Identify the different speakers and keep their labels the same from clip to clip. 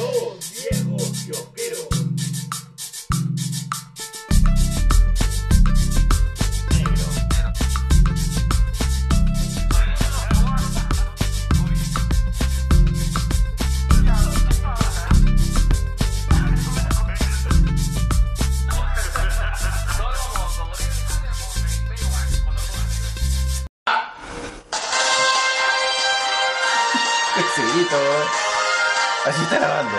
Speaker 1: viejo fiojero.
Speaker 2: Seguito, ¿eh? Así está grabando.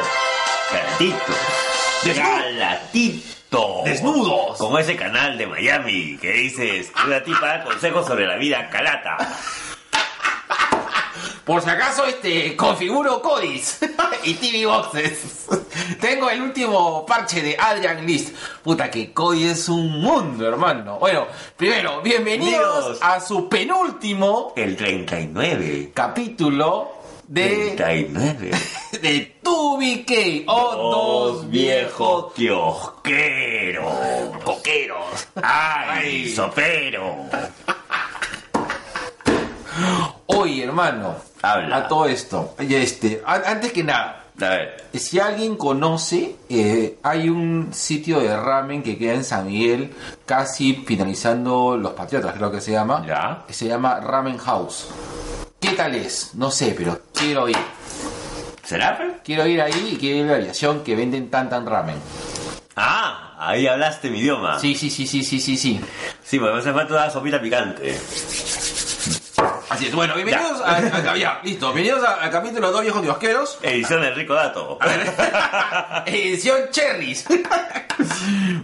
Speaker 3: Galatito. Galatito.
Speaker 2: Desnudos.
Speaker 3: Como ese canal de Miami que dices, una tipa consejos sobre la vida calata.
Speaker 2: Por si acaso, este, configuro CODIS y TV Boxes. Tengo el último parche de Adrian List. Puta que CODIS es un mundo, hermano. Bueno, primero, bienvenidos
Speaker 3: Bienvenidos.
Speaker 2: a su penúltimo
Speaker 3: El 39.
Speaker 2: capítulo de,
Speaker 3: 39.
Speaker 2: de Tubi o dos viejos.
Speaker 3: kiosqueros. Coqueros. Ay,
Speaker 2: Ay.
Speaker 3: sopero.
Speaker 2: Hoy, hermano,
Speaker 3: Habla.
Speaker 2: a todo esto. Y Este, an- antes que nada,
Speaker 3: A ver.
Speaker 2: Si alguien conoce, eh, hay un sitio de ramen que queda en San Miguel, casi finalizando Los Patriotas, creo que se llama.
Speaker 3: Ya.
Speaker 2: Se llama Ramen House. ¿Qué tal es? No sé, pero quiero ir.
Speaker 3: ¿Será? fe?
Speaker 2: Quiero ir ahí y quiero ir a la aviación que venden tan tan ramen.
Speaker 3: Ah, ahí hablaste mi idioma.
Speaker 2: Sí, sí, sí, sí, sí, sí, sí.
Speaker 3: Sí, me hace falta una sopita picante.
Speaker 2: Así es, bueno, bienvenidos a, a- ya, listo. Bienvenidos a- al capítulo 2 viejos diosqueros.
Speaker 3: Edición del rico dato.
Speaker 2: Edición Cherries.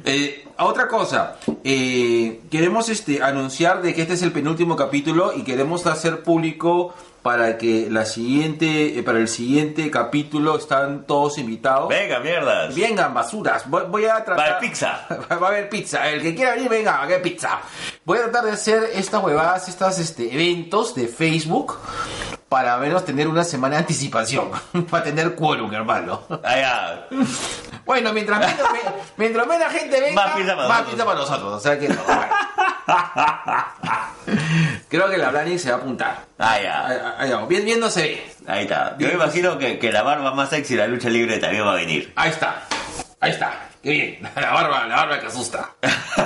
Speaker 2: Eh, otra cosa, eh, queremos este, anunciar de que este es el penúltimo capítulo y queremos hacer público para que la siguiente, eh, para el siguiente capítulo están todos invitados.
Speaker 3: Venga, mierdas.
Speaker 2: Vengan, basuras. Voy, voy a tratar.
Speaker 3: Va a haber pizza.
Speaker 2: Va a haber pizza. El que quiera venir, venga, a ver pizza. Voy a tratar de hacer estas huevadas, estos este, eventos de Facebook para al menos tener una semana de anticipación. para tener quórum, hermano.
Speaker 3: Allá.
Speaker 2: Bueno, mientras menos, me- mientras menos gente venga,
Speaker 3: Más pizza para nosotros.
Speaker 2: pizza para nosotros. O sea que no, bueno. Creo que la Blani se va a apuntar. Ahí-
Speaker 3: Allá.
Speaker 2: ahí vamos. Bien, bien no se ve.
Speaker 3: Ahí está. Yo
Speaker 2: Bien.
Speaker 3: me imagino que, que la barba más sexy, la lucha libre, también va a venir.
Speaker 2: Ahí está. Ahí está. Qué bien. La barba, la barba que asusta.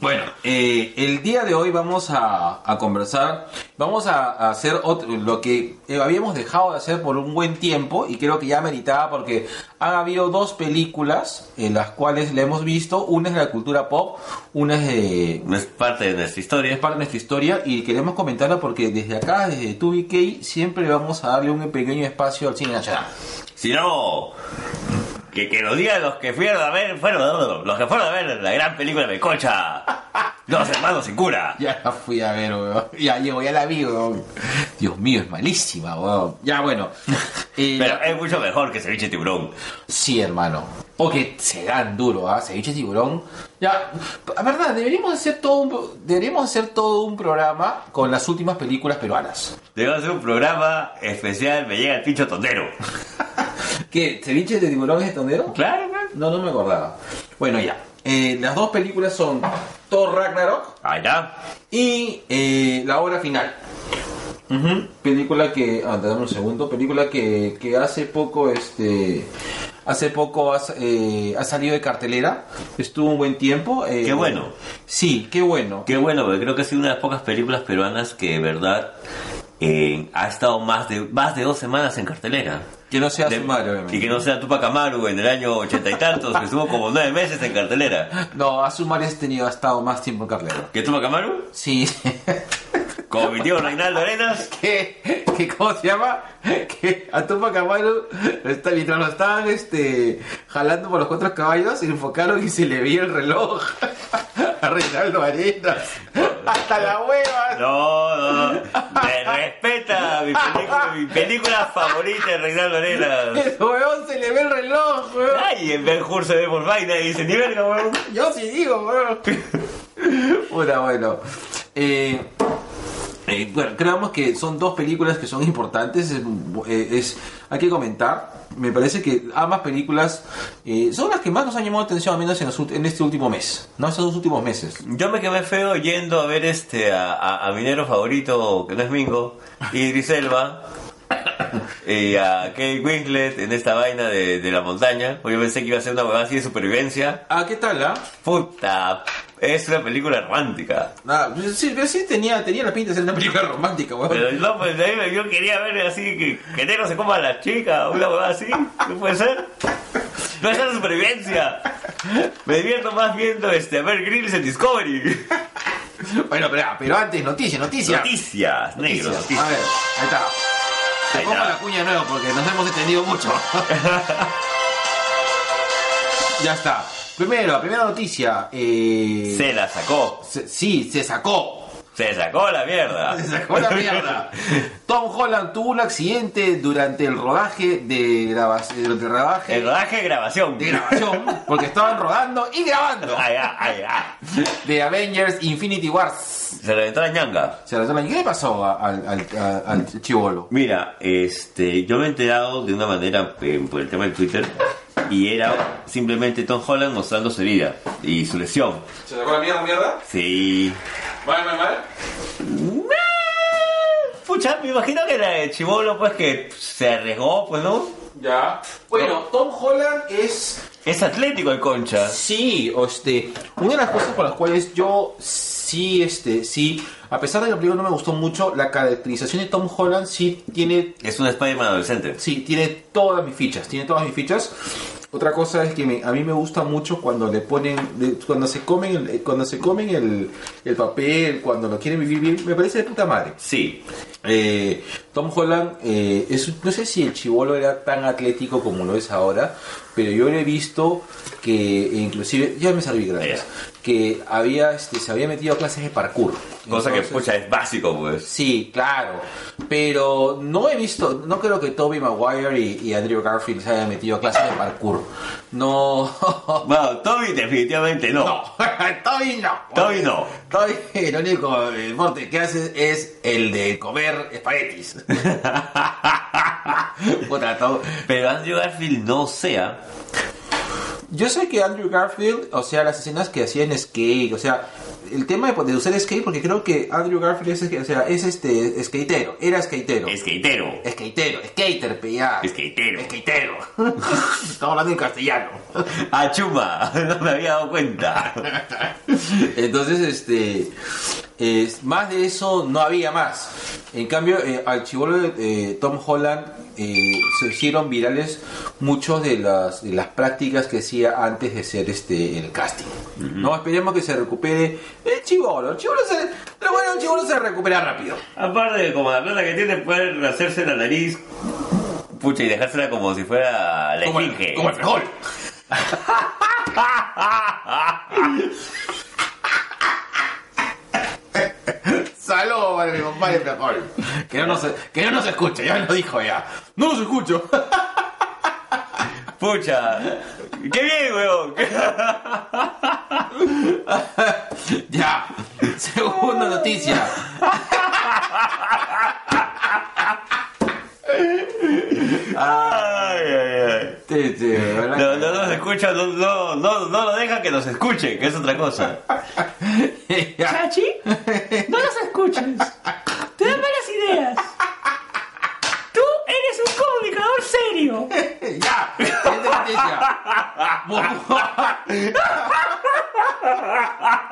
Speaker 2: Bueno, eh, el día de hoy vamos a, a conversar, vamos a, a hacer ot- lo que eh, habíamos dejado de hacer por un buen tiempo y creo que ya meritaba porque han habido dos películas en las cuales la hemos visto, una es de la cultura pop, una es de...
Speaker 3: No es parte de nuestra
Speaker 2: Es
Speaker 3: historia.
Speaker 2: parte de nuestra historia y queremos comentarla porque desde acá, desde 2BK, siempre vamos a darle un pequeño espacio al cine nacional.
Speaker 3: Si no, que, que lo digan los que fueron a ver, fueron, los que fueron a ver la gran película de Cocha. Los hermanos sin cura.
Speaker 2: Ya la fui a ver, weón. Ya llego, ya la vi, weón. Dios mío, es malísima, weón. Ya, bueno. Eh,
Speaker 3: Pero es mucho mejor que ceviche de tiburón.
Speaker 2: Sí, hermano. O que se dan duro, ¿ah? Ceviche de tiburón. Ya, la verdad, deberíamos hacer todo un, deberíamos hacer todo un programa con las últimas películas peruanas.
Speaker 3: Debe hacer un programa especial, me llega el pincho tondero.
Speaker 2: ¿Qué? ¿Ceviche de tiburón es tondero?
Speaker 3: Claro, claro.
Speaker 2: No, no me acordaba. Bueno, ya. Eh, las dos películas son Thor Ragnarok
Speaker 3: Ahí está.
Speaker 2: y eh, La Hora Final. Ujú. Película que... Ah, dame un segundo. Película que, que hace poco, este... Hace poco ha, sa- eh, ha salido de cartelera. Estuvo un buen tiempo. eh,
Speaker 3: Qué bueno.
Speaker 2: Sí, qué bueno.
Speaker 3: Qué bueno, porque creo que ha sido una de las pocas películas peruanas que de verdad eh, ha estado más de más de dos semanas en cartelera.
Speaker 2: Que no sea
Speaker 3: De-
Speaker 2: su madre, obviamente.
Speaker 3: y que no sea Tupac Amaru en el año ochenta y tantos, que estuvo como nueve meses en cartelera.
Speaker 2: No, a su madre has tenido ha estado más tiempo en cartelera.
Speaker 3: ¿Que Tupac Amaru?
Speaker 2: Sí.
Speaker 3: Con mi tío Reinaldo Arenas.
Speaker 2: que, que ¿cómo se llama? Que a Tupac Amaru lo está, mientras lo estaban este, jalando por los cuatro caballos, se enfocaron y se le vio el reloj a Reinaldo Arenas. Hasta la hueva.
Speaker 3: No, no, no. Me respeta mi película, mi película favorita de Reinaldo Arenas.
Speaker 2: El huevón se le ve el reloj, huevón.
Speaker 3: Ay, en Ben Hur se ve por vaina y dice, ni verga, weón.
Speaker 2: Yo sí digo, huevón. Puta, bueno. Eh, Eh, bueno, creamos que son dos películas que son importantes. Es, eh, es- hay que comentar. Me parece que ambas películas eh, son las que más nos han llamado la atención, al menos en, los ult- en este último mes. No, estos dos últimos meses.
Speaker 3: Yo me quedé feo yendo a ver este a, a, a mi negro favorito, que no es Mingo, Idris Elba, y a Kate Winslet en esta vaina de, de la montaña. Pues yo pensé que iba a ser una huevada así de supervivencia.
Speaker 2: Ah, ¿qué tal, ah?
Speaker 3: Puta, es una película romántica.
Speaker 2: Nada, pues sí, pero sí tenía, tenía la pinta de ser una película romántica, weón.
Speaker 3: Pero no, pues de ahí yo quería ver así que, que negro se coma a la chica, una huevada así. No puede ser. No es la supervivencia. Me divierto más viendo este, a ver Grills en Discovery.
Speaker 2: Bueno, pero, ah, pero antes, noticia, noticia.
Speaker 3: Noticias, negro,
Speaker 2: Noticias.
Speaker 3: noticias.
Speaker 2: A ver, ahí está. Te
Speaker 3: Ahí
Speaker 2: pongo
Speaker 3: está.
Speaker 2: la cuña de nuevo porque nos hemos detenido mucho. ya está. Primero, primera noticia. Eh...
Speaker 3: Se la sacó.
Speaker 2: se- sí, se sacó.
Speaker 3: Se sacó la mierda.
Speaker 2: Se sacó la mierda. Tom Holland tuvo un accidente durante el rodaje de grabación. Durante el rodaje
Speaker 3: El rodaje de grabación.
Speaker 2: de grabación. Porque estaban rodando y grabando.
Speaker 3: Ay, ah, ay, ah.
Speaker 2: De Avengers Infinity Wars.
Speaker 3: Se reventó la ñanga.
Speaker 2: Se la- ¿Qué le pasó a- al, al, a- al chivolo?
Speaker 3: Mira, este, yo me he enterado de una manera eh, por el tema del Twitter y era simplemente Tom Holland mostrando su herida y su lesión.
Speaker 2: ¿Se sacó la mierda, mierda?
Speaker 3: Sí.
Speaker 2: Mal, mal, mal.
Speaker 3: Pucha, me imagino que la de Chibolo pues que se arriesgó, pues no.
Speaker 2: Ya. Bueno, Tom Holland es.
Speaker 3: Es atlético el concha.
Speaker 2: Sí, o este. Una de las cosas por las cuales yo sí, este, sí. A pesar de que la película no me gustó mucho, la caracterización de Tom Holland sí tiene.
Speaker 3: Es un Spider-Man adolescente.
Speaker 2: Sí, tiene todas mis fichas. Tiene todas mis fichas. Otra cosa es que me- a mí me gusta mucho cuando le ponen. le- cuando se comen, el- eh, cuando se comen el, el papel, cuando lo quieren vivir bien. Me parece de puta madre.
Speaker 3: Sí.
Speaker 2: Eh, Tom Holland, eh, es- no sé si el chivolo era tan atlético como lo es ahora, pero yo le he visto que e inclusive, ya me salí gracias,
Speaker 3: Ya.
Speaker 2: que había, este, se había metido a clases de parkour.
Speaker 3: Cosa que,
Speaker 2: Entonces-
Speaker 3: pucha, es básico, pues.
Speaker 2: Sí, claro, pero no he visto, no creo que Toby Maguire y, y Andrew Garfield se hayan metido a clases de parkour. No,
Speaker 3: Bueno, Toby definitivamente no.
Speaker 2: no, Toby no.
Speaker 3: Toby no.
Speaker 2: Toby, el único deporte que hace es el de comer espaguetis. Puta, Toby.
Speaker 3: Pero Andrew Garfield no sea.
Speaker 2: Yo sé que Andrew Garfield, o sea, las escenas que hacía en skate, o sea, el tema de, de usar skate, porque creo que Andrew Garfield es, o sea, es este, skatero, era skatero.
Speaker 3: Skatero.
Speaker 2: Skatero, skater, pe, ya.
Speaker 3: Skatero.
Speaker 2: Skatero. Estamos hablando en castellano.
Speaker 3: Ah, chuma, no me había dado cuenta.
Speaker 2: Entonces, este. es- más de eso no había más. En cambio, eh, al chivolo de eh, Tom Holland eh, se hicieron virales muchos de las, de las prácticas que hacía antes de ser este el casting. No esperemos que se recupere el chivolo. El chivolo se, lo bueno, el chivolo se recupera rápido.
Speaker 3: Aparte de como la plata que tiene, puede hacerse la nariz. Pucha, y dejársela como si fuera la
Speaker 2: Como el-
Speaker 3: esfinge.
Speaker 2: como el frijol. Saludos para mi compadre Frijol. Que no nos, que no nos escuche, ya lo dijo ya. No nos escucho.
Speaker 3: Pucha, qué bien, weón.
Speaker 2: ya. Segunda noticia.
Speaker 3: Ay, ay, ay.
Speaker 2: Sí, sí, ¿verdad?
Speaker 3: No, no nos escucha, no, no, no, no lo deja que nos escuche, que es otra cosa.
Speaker 2: Ya.
Speaker 4: Chachi, no los escuches. Te dan malas ideas. Tú eres un comunicador serio.
Speaker 2: Ya. Siguiente noticia.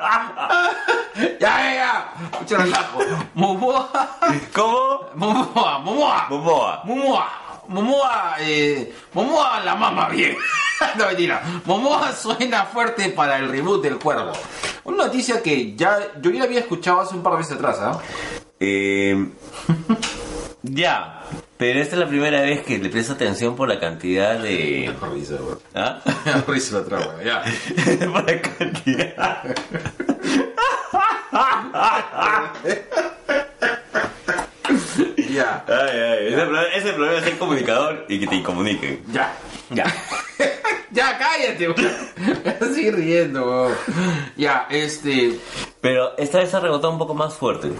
Speaker 2: ya, ya, ya. Mucho relajo. Momoa.
Speaker 3: ¿Cómo?
Speaker 2: Momoa, Momoa.
Speaker 3: Momoa.
Speaker 2: Momoa. Momoa, eh, Momoa la mama bien. no mentira. Momoa suena fuerte para el reboot del cuervo. Una noticia que ya yo ya la había escuchado hace un par de meses atrás, ¿ah?
Speaker 3: Eh, ya, pero esta es la primera vez que le presto atención por la cantidad de...
Speaker 2: Risa, güey.
Speaker 3: ¿Ah?
Speaker 2: Risa la trama, ya.
Speaker 3: por la cantidad.
Speaker 2: Ya.
Speaker 3: Ay, ay, ese, problema, ese problema es ser comunicador y que te incomuniquen.
Speaker 2: Ya.
Speaker 3: Ya.
Speaker 2: Ya, cállate, güey. Sigue riendo, güey. Ya, este.
Speaker 3: Pero esta vez se rebotado un poco más fuerte.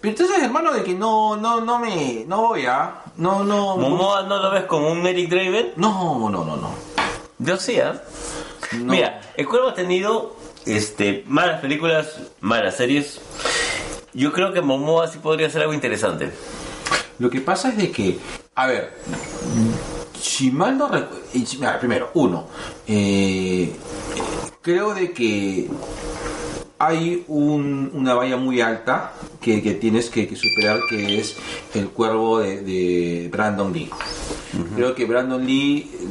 Speaker 2: Pero entonces, hermano, de que no, no, no me. No voy, ¿ah? No, no.
Speaker 3: ¿Momoa no lo ves como un Eric Draven?
Speaker 2: No, no, no, no.
Speaker 3: Yo sí, ¿ah?
Speaker 2: No.
Speaker 3: Mira, el cuervo ha tenido este, malas películas, malas series. Yo creo que Momoa sí podría ser algo interesante.
Speaker 2: Lo que pasa es de que, a ver, si mal no recuerdo, primero, uno, eh, creo de que hay un- una valla muy alta que, que tienes que, que superar, que es el cuervo de, de Brandon Lee. Creo que Brandon Lee eh,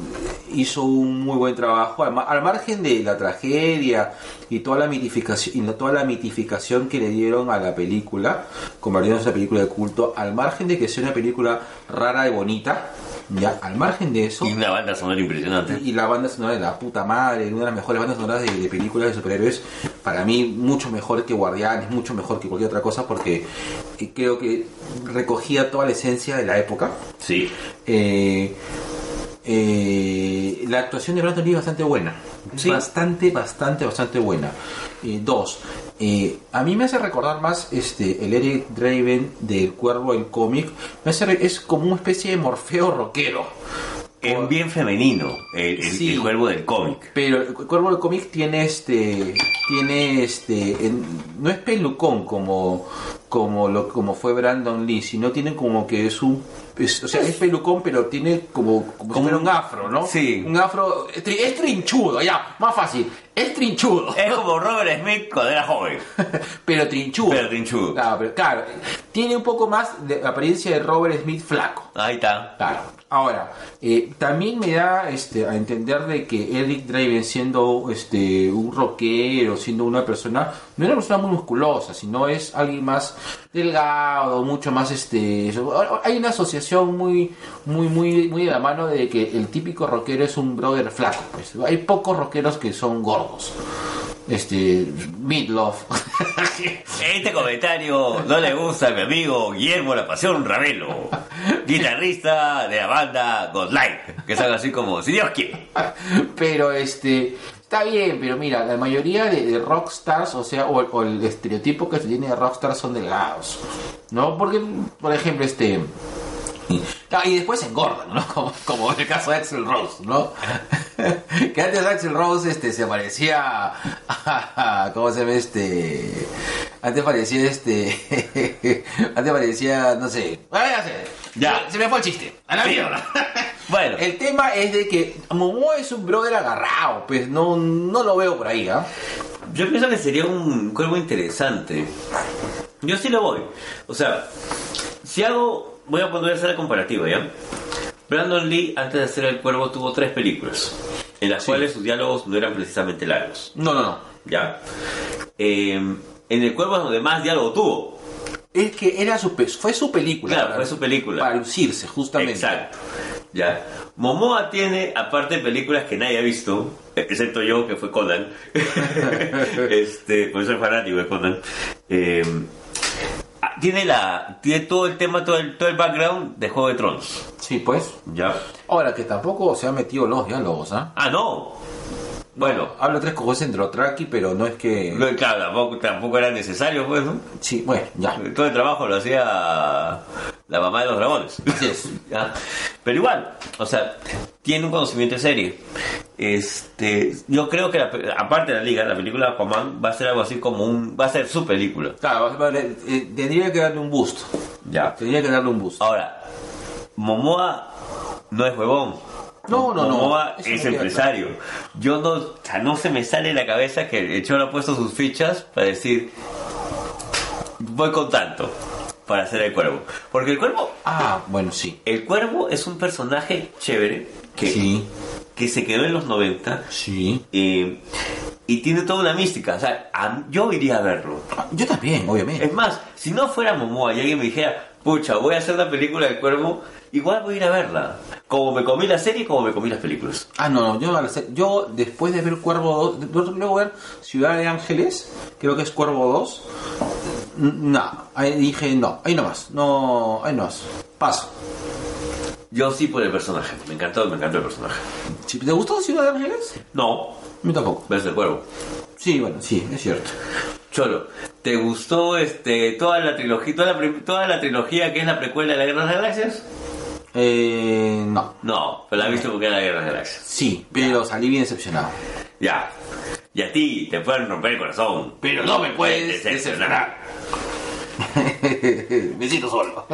Speaker 2: hizo un muy buen trabajo, al, ma- al margen de la tragedia y toda la mitificación, y la- toda la mitificación que le dieron a la película, convirtiéndose en una película de culto, al margen de que sea una película rara y bonita, ya, al margen de eso
Speaker 3: Y una banda sonora impresionante.
Speaker 2: y la banda sonora de la puta madre, una de las mejores bandas sonoras de, de películas de superhéroes, para mí mucho mejor que Guardianes, mucho mejor que cualquier otra cosa, porque eh, creo que recogía toda la esencia de la época.
Speaker 3: Sí.
Speaker 2: Eh, eh, la actuación de Brandon Lee es bastante buena.
Speaker 3: Sí.
Speaker 2: Bastante, bastante, bastante buena. Eh, dos, eh, a mí me hace recordar más este, el Eric Draven del Cuervo, el cómic. Me hace re- es como una especie de morfeo rockero.
Speaker 3: En bien femenino, el, el,
Speaker 2: Sí.
Speaker 3: el cuervo del cómic.
Speaker 2: Pero el cuervo del cómic tiene este. Tiene este. en- no es pelucón como. Como, lo, como fue Brandon Lee, sino tiene como que es un. es- o sea, es pelucón, pero tiene como. Como, si
Speaker 3: Como
Speaker 2: fuera
Speaker 3: un-
Speaker 2: un afro, ¿no?
Speaker 3: sí.
Speaker 2: Un afro. Es, tri- es trinchudo, ya, más fácil. Es trinchudo.
Speaker 3: Es como Robert Smith cuando era joven.
Speaker 2: Pero trinchudo.
Speaker 3: Pero trinchudo.
Speaker 2: Claro, pero claro. Tiene un poco más de apariencia de Robert Smith flaco.
Speaker 3: Ahí está.
Speaker 2: Claro. Ahora, eh, también me da este, a entender de que Eric Draven, siendo este, un rockero, siendo una persona, no es una persona muy musculosa, sino es alguien más delgado, mucho más este. eso. Hay una asociación muy, muy, muy, muy de la mano de que el típico rockero es un brother flaco. pues. Hay pocos rockeros que son gordos. Este, Meatloaf.
Speaker 3: Este comentario no le gusta a mi amigo Guillermo La Pasión Ravelo, guitarrista de la banda Godlight, que es algo así como, si Dios quiere.
Speaker 2: pero este está bien pero mira la mayoría de, de rockstars o sea o, el- o el estereotipo que se tiene de rockstars son delgados no porque por ejemplo este Ah, y después engordan, ¿no? Como, como en el caso de Axel Rose, ¿no? que antes Axel Rose este, se parecía a, a- a- ¿Cómo se llama este? Antes parecía este... antes parecía, no sé... Bueno, ya sé.
Speaker 3: Ya.
Speaker 2: Se me fue el chiste. A la mierda.
Speaker 3: Bueno,
Speaker 2: El tema es de que Momoa es un brother agarrado, pues no, no lo veo por ahí, ¿ah?
Speaker 3: yo pienso que sería un cuervo interesante. Yo sí lo voy. O sea, si hago, voy a poner esa comparativa, ¿ya? Brandon Lee, antes de hacer El Cuervo, tuvo tres películas, en las cuales sus diálogos no eran precisamente largos.
Speaker 2: No, no, no.
Speaker 3: ¿Ya? Eh, en el cuerpo es donde más diálogo tuvo.
Speaker 2: Es que era su pe- fue su película.
Speaker 3: Claro,
Speaker 2: para-
Speaker 3: fue su película.
Speaker 2: Para lucirse, justamente.
Speaker 3: Exacto. ¿Ya? Momoa tiene, aparte películas que nadie ha visto, eh, excepto yo, que fue Conan. este, por eso soy fanático de Conan. Eh, ah, tiene, la, tiene todo el tema, todo el, todo el background de Juego de Tronos.
Speaker 2: Sí, pues.
Speaker 3: ¿Ya?
Speaker 2: Ahora que tampoco se han metido los diálogos, ¿ah?
Speaker 3: Ah, no. Bueno,
Speaker 2: Habla tres cosas entre Otraki, pero no es que.
Speaker 3: no, claro, tampoco, tampoco era necesario, pues, ¿no?
Speaker 2: Sí, bueno, ya.
Speaker 3: Todo el trabajo lo hacía la mamá de los dragones.
Speaker 2: Así es.
Speaker 3: ¿ya? Pero igual, o sea, tiene un conocimiento de serie. Este, yo creo que la pe- aparte de la liga, la película de Aquaman va a ser algo así como un, va a ser su película.
Speaker 2: Claro, vale, eh, tendría que darle un boost.
Speaker 3: Ya.
Speaker 2: Tendría que darle un boost.
Speaker 3: Ahora, Momoa no es huevón.
Speaker 2: No, no, no.
Speaker 3: Momoa
Speaker 2: Eso
Speaker 3: es
Speaker 2: me queda
Speaker 3: empresario. Yo no, o sea, no se me sale de la cabeza que el cholo ha puesto sus fichas para decir, voy con tanto para hacer el cuervo. Porque el cuervo
Speaker 2: Ah, bueno, sí.
Speaker 3: El cuervo es un personaje chévere que,
Speaker 2: Sí,
Speaker 3: que se quedó en los 90
Speaker 2: sí.
Speaker 3: eh, y tiene toda una mística. O sea, a- yo iría a verlo.
Speaker 2: Ah, Yo también, obviamente.
Speaker 3: Es más, si no fuera Momoa y alguien me dijera, pucha, voy a hacer una película del cuervo, igual voy a ir a verla. Como me comí la serie, como me comí las películas.
Speaker 2: Ah, no, no, yo, no la sé. yo después de ver Cuervo 2, de- luego ver Ciudad de Ángeles, creo que es Cuervo 2, n- no, ahí dije no, ahí nomás, no, ahí nomás, paso.
Speaker 3: Yo sí por el personaje. Me encantó, me encantó el personaje.
Speaker 2: Si ¿Te gustó Ciudad de Ángeles?
Speaker 3: No,
Speaker 2: A mí tampoco.
Speaker 3: ves el cuervo.
Speaker 2: Sí, bueno, sí, es cierto.
Speaker 3: Cholo, ¿te gustó este toda la trilogía, toda la, prim- toda la trilogía que es la precuela de la Guerra de las Galaxias?
Speaker 2: Eh, no,
Speaker 3: No, pero la viste porque era la Guerra de las Galaxias.
Speaker 2: sí, pero salí bien decepcionado.
Speaker 3: Ya. Y a ti te pueden romper el corazón.
Speaker 2: Pero no me puedes decepcionar. me siento solo.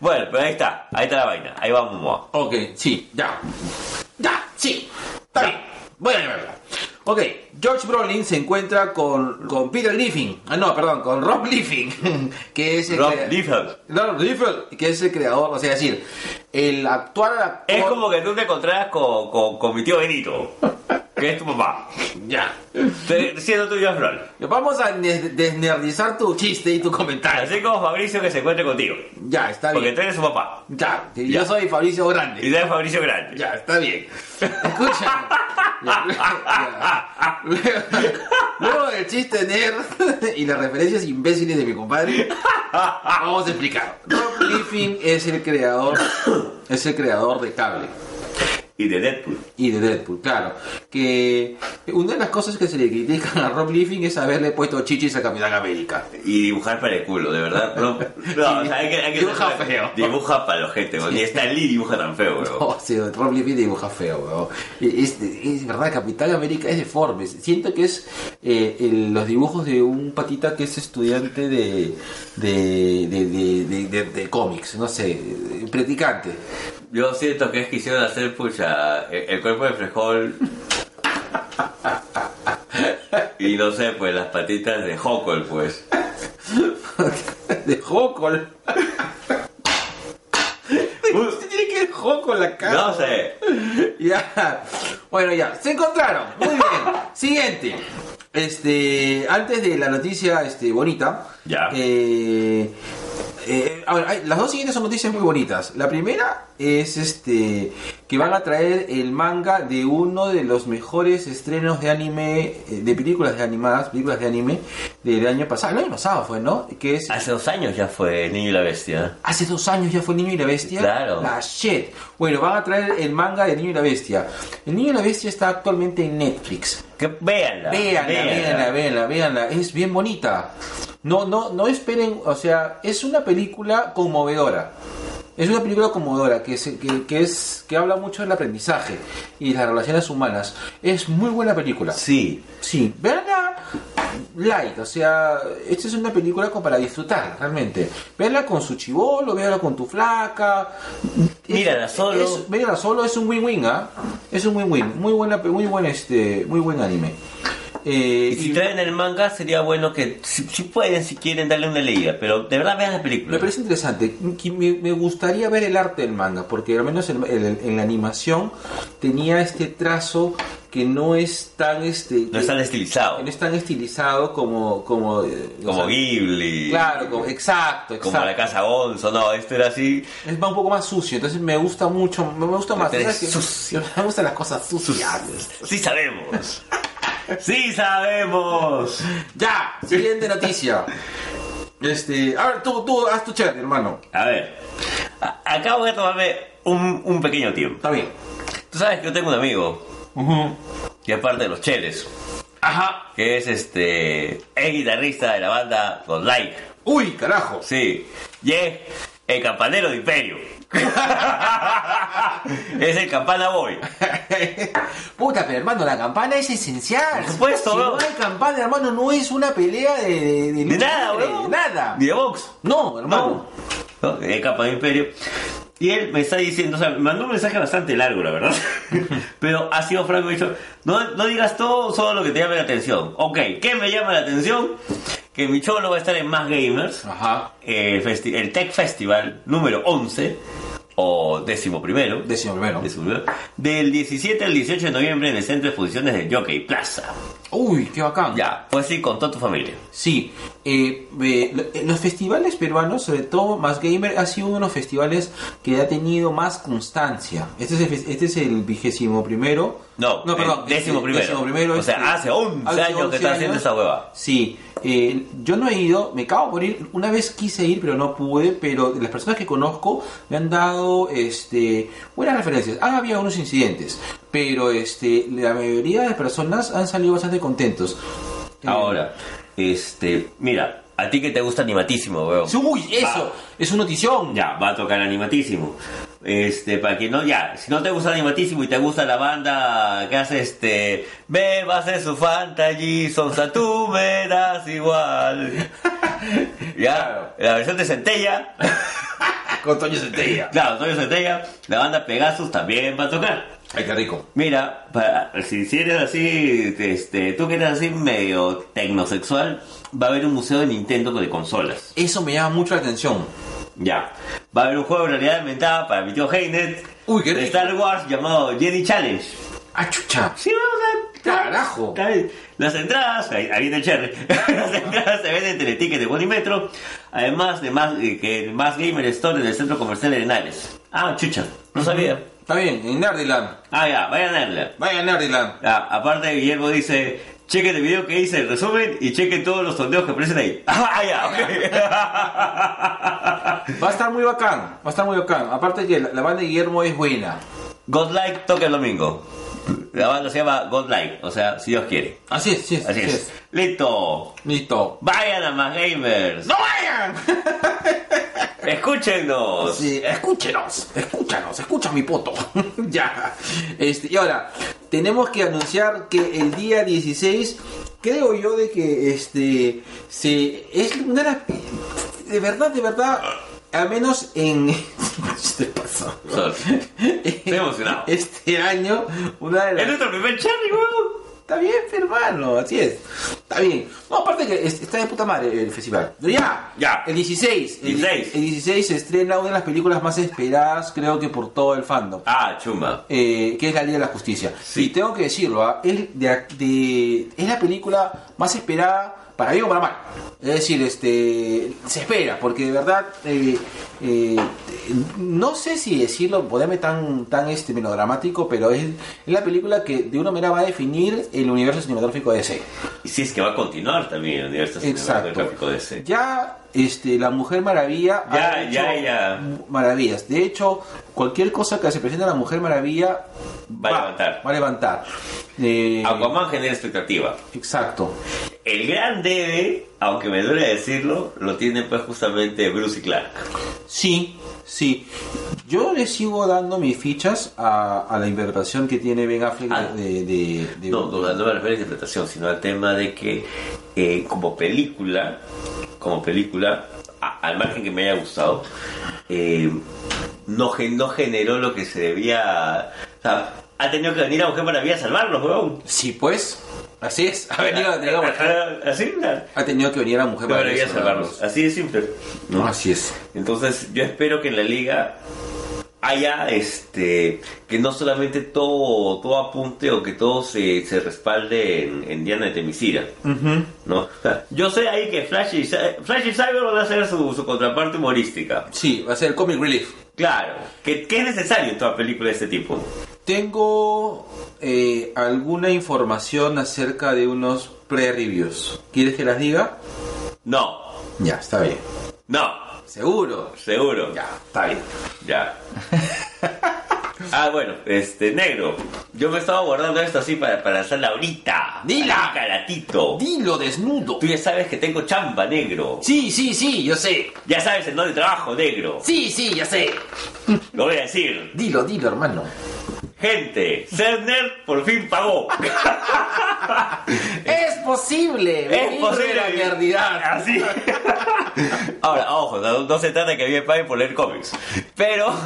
Speaker 3: bueno, pero ahí está, ahí está la vaina, ahí va Momoa.
Speaker 2: Ok, sí, ya. Ya, sí. Está bien. Voy a verla. Ok, George Brolin se encuentra con, con Peter Griffin. Ah, no, perdón, con Rob Griffin. Que es el
Speaker 3: Rob
Speaker 2: crea-
Speaker 3: Liefeld.
Speaker 2: Rob Liefeld, que es el creador, o sea, es decir, el actual actor.
Speaker 3: Es como que tú te encontrás con, con, con mi tío Benito, que es tu papá.
Speaker 2: Ya.
Speaker 3: Te- Siendo tuyo es Flor.
Speaker 2: Vamos a ne- desnerdizar tu chiste y tu comentario.
Speaker 3: Así como Fabricio que se encuentre contigo.
Speaker 2: Ya, está
Speaker 3: Porque
Speaker 2: bien.
Speaker 3: tú eres su papá.
Speaker 2: Ya, que yo soy Fabricio Grande.
Speaker 3: Y tú eres Fabricio Grande.
Speaker 2: Ya, está bien. Escúchame. Ya, ya. Luego, luego del chiste nerd y las referencias imbéciles de mi compadre, vamos a explicar. Rob Griffin es el creador, es el creador de Cable
Speaker 3: Y de Deadpool.
Speaker 2: y de Deadpool, claro. Que una de las cosas que se le critican a Rob Griffin es haberle puesto chichis a Capitán América.
Speaker 3: Y dibujar para el culo, de verdad. No, no, o sea, hay que, hay que
Speaker 2: Dibuja feo.
Speaker 3: Dibuja para los gente, weón. Ni Stan Lee dibuja tan feo, weón.
Speaker 2: Oh, sí, Rob Liefeld dibuja feo, weón. Y Es, es verdad, Capitán América es deforme. Siento que es eh, el- los dibujos de un patita que es estudiante de, de, de, de- de- de- de cómics, no sé, eh, practicante.
Speaker 3: Yo siento que es quisieron hacer, pucha, eh, el, el cuerpo de frijol. Y no sé, pues las patitas de Hokol, pues.
Speaker 2: De Jocol. Usted tiene que ver Jocol la cara.
Speaker 3: No sé.
Speaker 2: Ya. Bueno, ya. Se encontraron. Muy bien. Siguiente. Este, antes de la noticia este, bonita.
Speaker 3: Ya.
Speaker 2: eh, eh, a ver, hay- las dos siguientes son noticias muy bonitas. La primera es este que van a traer el manga de uno de los mejores estrenos de anime, eh, de películas de animadas, películas de anime del año pasado. El año pasado fue, ¿no? Que es
Speaker 3: Hace dos años ya fue El Niño y la Bestia.
Speaker 2: Hace dos años ya fue Niño y la Bestia.
Speaker 3: Claro.
Speaker 2: La shit. Bueno, van a traer el manga de Niño y la Bestia. El Niño y la Bestia está actualmente en Netflix.
Speaker 3: Que véanla.
Speaker 2: Véanla, véanla, véanla, véanla. Es bien bonita. No, no, no esperen, o sea, es una película conmovedora. Es una película conmovedora que, se- que, que es, que habla mucho del aprendizaje y las relaciones humanas. Es muy buena película.
Speaker 3: Sí.
Speaker 2: Sí, verla light, o sea, esta es una película como para disfrutar, realmente. Verla con su chivolo, verla con tu flaca. Es-
Speaker 3: Mírala solo.
Speaker 2: es- mírala solo es un win-win, ¿ah? Es un win-win. Muy buena, pe- muy buen este, muy buen anime. Eh,
Speaker 3: Y si
Speaker 2: y
Speaker 3: traen el manga, sería bueno que, si, si pueden, si quieren, darle una leída. Pero de verdad, vean la película.
Speaker 2: me parece interesante. Que Me, me gustaría ver el arte del manga, porque al menos el- el- el- en la animación tenía este trazo que no es tan este,
Speaker 3: No están estilizados.
Speaker 2: que no es tan estilizado como como eh, o
Speaker 3: Como
Speaker 2: sea,
Speaker 3: Ghibli.
Speaker 2: Claro, como- exacto, exacto.
Speaker 3: Como la casa Gonzo. No, esto era así.
Speaker 2: Es más un poco más sucio, entonces me gusta mucho, me gusta más.
Speaker 3: Pero
Speaker 2: esas
Speaker 3: es
Speaker 2: que-
Speaker 3: sucio.
Speaker 2: Me gustan las cosas sucias.
Speaker 3: Sí sabemos. Sí sabemos.
Speaker 2: Ya, siguiente noticia. Este, a ver, tú, tú haz tu chat, hermano.
Speaker 3: A ver. a- acabo de tomarme un, un pequeño tiempo.
Speaker 2: Está bien.
Speaker 3: Tú sabes que yo tengo un amigo. Y aparte de los cheles.
Speaker 2: Ajá.
Speaker 3: Que es este. Es guitarrista de la banda Con Like.
Speaker 2: Uy, carajo.
Speaker 3: Sí. Y es el campanero de Imperio. es el campana boy.
Speaker 2: Puta, pero hermano, la campana es esencial.
Speaker 3: Por supuesto,
Speaker 2: si no
Speaker 3: weón.
Speaker 2: hay campana, hermano, no es una pelea de, de, de
Speaker 3: De
Speaker 2: lucha
Speaker 3: nada,
Speaker 2: libre,
Speaker 3: weón.
Speaker 2: de nada.
Speaker 3: Ni de box.
Speaker 2: No, hermano.
Speaker 3: No. No, El campana de Imperio. Y él me está diciendo, o sea, me mandó un mensaje bastante largo, la verdad. Pero ha sido franco y dicho, no, no digas todo, solo lo que te llame la atención. Ok, ¿qué me llama la atención? Que mi cholo va a estar en Más Gamers.
Speaker 2: Ajá.
Speaker 3: el, festi- el Tech Festival número 11 o décimo primero,
Speaker 2: Décimo primero.
Speaker 3: décimo primero, del 17 al 18 de noviembre en el centro de exposiciones del Jockey Plaza.
Speaker 2: Uy, qué bacán.
Speaker 3: Ya, pues sí, con toda tu familia.
Speaker 2: Sí, eh, eh, lo- eh, los festivales peruanos, sobre todo Más Gamer, ha sido uno de los festivales que ha tenido más constancia. Este es el, fes- este es el vigésimo primero.
Speaker 3: No, el décimo
Speaker 2: este,
Speaker 3: primero.
Speaker 2: décimo primero,
Speaker 3: O sea, hace 11 años que está haciendo esa hueva.
Speaker 2: Sí, eh, yo no he ido, me cago por ir. Una vez quise ir, pero no pude. Pero las personas que conozco me han dado este, buenas referencias. Han habido unos incidentes, pero este, la mayoría de personas han salido bastante contentos. Eh,
Speaker 3: Ahora, este, mira, A ti que te gusta animatísimo, weón.
Speaker 2: Uy, eso, es una notición.
Speaker 3: Ya, va a tocar animatísimo. Este, para que no, ya, si no te gusta animatísimo y te gusta la banda que hace este, me vas a su fantasy, sonsa tú me das igual. ya,
Speaker 2: Claro.
Speaker 3: la versión de Centella,
Speaker 2: Con Toño Centella.
Speaker 3: claro, Antonio Centella, la banda Pegasus también va a tocar.
Speaker 2: Ay, qué rico.
Speaker 3: Mira, para, si, si eres así, este, tú que eres así medio tecnosexual, va a haber un museo de Nintendo de consolas.
Speaker 2: Eso me llama mucho la atención.
Speaker 3: Ya. Va a haber un juego de realidad aumentada para mi tío Haynet
Speaker 2: Uy, qué
Speaker 3: de
Speaker 2: rico.
Speaker 3: Star Wars llamado Jedi Challenge.
Speaker 2: Ah, chucha.
Speaker 3: Sí, vamos a está-
Speaker 2: Carajo.
Speaker 3: está bien. Las entradas, ahí, ahí viene el cherry. Las entradas se venden en Teleticket de Bonimetro. Además de más, eh, que el más Gamer Store del centro comercial de Henares. Ah, chucha, no sabía.
Speaker 2: Está bien, en Nerdiland.
Speaker 3: Ah, ya, vayan a verla.
Speaker 2: Vaya a Nerdiland.
Speaker 3: Ah, aparte, Guillermo dice: chequen el video que hice, el resumen, y chequen todos los sondeos que aparecen ahí. Ah, ya, ok.
Speaker 2: Va a estar muy bacán. Va a estar muy bacán. Aparte que la, la banda de Guillermo es buena.
Speaker 3: Godlike toca el domingo. La banda se llama Godlike, o sea, si Dios quiere.
Speaker 2: Así es, sí es.
Speaker 3: Así
Speaker 2: sí
Speaker 3: es. Listo.
Speaker 2: Listo.
Speaker 3: Vayan a más gamers.
Speaker 2: ¡No vayan!
Speaker 3: Escúchenos.
Speaker 2: Sí, escúchenos, escúchanos, escucha mi poto. ya. Este, y ahora, tenemos que anunciar que el día 16, creo yo de que este se es una de las- de verdad, de verdad, al menos en ¿Qué te pasó?
Speaker 3: Sorry. Estoy emocionado.
Speaker 2: Este año, una de
Speaker 3: Es
Speaker 2: las
Speaker 3: nuestro primer cherry, weón.
Speaker 2: Está bien, fe, hermano, así es. Está bien. No, aparte que es- está de puta madre el festival. Pero ya,
Speaker 3: Ya.
Speaker 2: El 16. El,
Speaker 3: 16.
Speaker 2: el 16 se estrena una de las películas más esperadas, creo que por todo el fandom.
Speaker 3: Ah, chumba.
Speaker 2: eh, que es la Liga de la Justicia.
Speaker 3: Sí.
Speaker 2: Y tengo que decirlo, ¿ah? es, de, de- es la película más esperada para bien o para mal. Es decir, este se espera, porque de verdad eh, eh, no sé si decirlo, ponerme tan, tan este melodramático, pero es, es la película que de una manera va a definir el universo cinematográfico de DC.
Speaker 3: Y si es que va a continuar también el universo cinematográfico de ese.
Speaker 2: Ya este, la Mujer Maravilla
Speaker 3: Ya,
Speaker 2: ha hecho
Speaker 3: ya, ya.
Speaker 2: maravillas. De hecho, cualquier cosa que se presente a la Mujer Maravilla
Speaker 3: Va a levantar.
Speaker 2: Va a levantar. Eh,
Speaker 3: Aquaman genera expectativa.
Speaker 2: Exacto.
Speaker 3: El gran debe, aunque me duele decirlo, lo tiene pues justamente Bruce y Clark.
Speaker 2: Sí, sí. Yo le sigo dando mis fichas a, a la interpretación que tiene Ben Affleck
Speaker 3: Ah.
Speaker 2: de, de- de-
Speaker 3: No, no, no me refiero a la interpretación, sino al tema de que eh, como película, como película, a- al margen que me haya gustado, eh, no, gen- no generó lo que se debía... O sea, ha tenido que venir a Mujer Maravilla a salvarnos, weón.
Speaker 2: Sí, pues. Así es. Ha, venido, digamos,
Speaker 3: Así, la-
Speaker 2: ha tenido que venir la Mujer
Speaker 3: Mujer Maravilla a salvarnos.
Speaker 2: salvarlos.
Speaker 3: Así de simple. ¿no?
Speaker 2: Así es.
Speaker 3: Entonces yo espero que en la liga haya este que no solamente todo, todo apunte o que todo se, se respalde en, en Diana de Temisira. ¿no? O sea, yo sé ahí que Flash y, Cy- Flash y Cyber van a ser su, su contraparte humorística.
Speaker 2: Sí, va a ser el comic relief.
Speaker 3: Claro, que, que es necesario en toda película de este tipo.
Speaker 2: Tengo eh, alguna información acerca de unos pre-reviews. ¿Quieres que las diga?
Speaker 3: No,
Speaker 2: Ya, está bien.
Speaker 3: no,
Speaker 2: Seguro.
Speaker 3: seguro.
Speaker 2: Ya, está bien.
Speaker 3: Ya. Ah, bueno, este, negro. Yo me estaba guardando esto así para, para hacerla ahorita.
Speaker 2: Dila.
Speaker 3: Calatito.
Speaker 2: Dilo desnudo.
Speaker 3: Tú ya sabes que tengo chamba, negro.
Speaker 2: Sí, sí, sí, yo sé.
Speaker 3: Ya sabes en dónde trabajo, negro.
Speaker 2: Sí, sí, ya sé.
Speaker 3: Lo voy a decir.
Speaker 2: Dilo, dilo, hermano.
Speaker 3: Gente, ser nerd por fin pagó.
Speaker 2: Es posible.
Speaker 3: Es
Speaker 2: vivir
Speaker 3: posible.
Speaker 2: de la nerdidad.
Speaker 3: Así. Ahora, ojo, no, no se trata que bien paguen por leer cómics. Pero.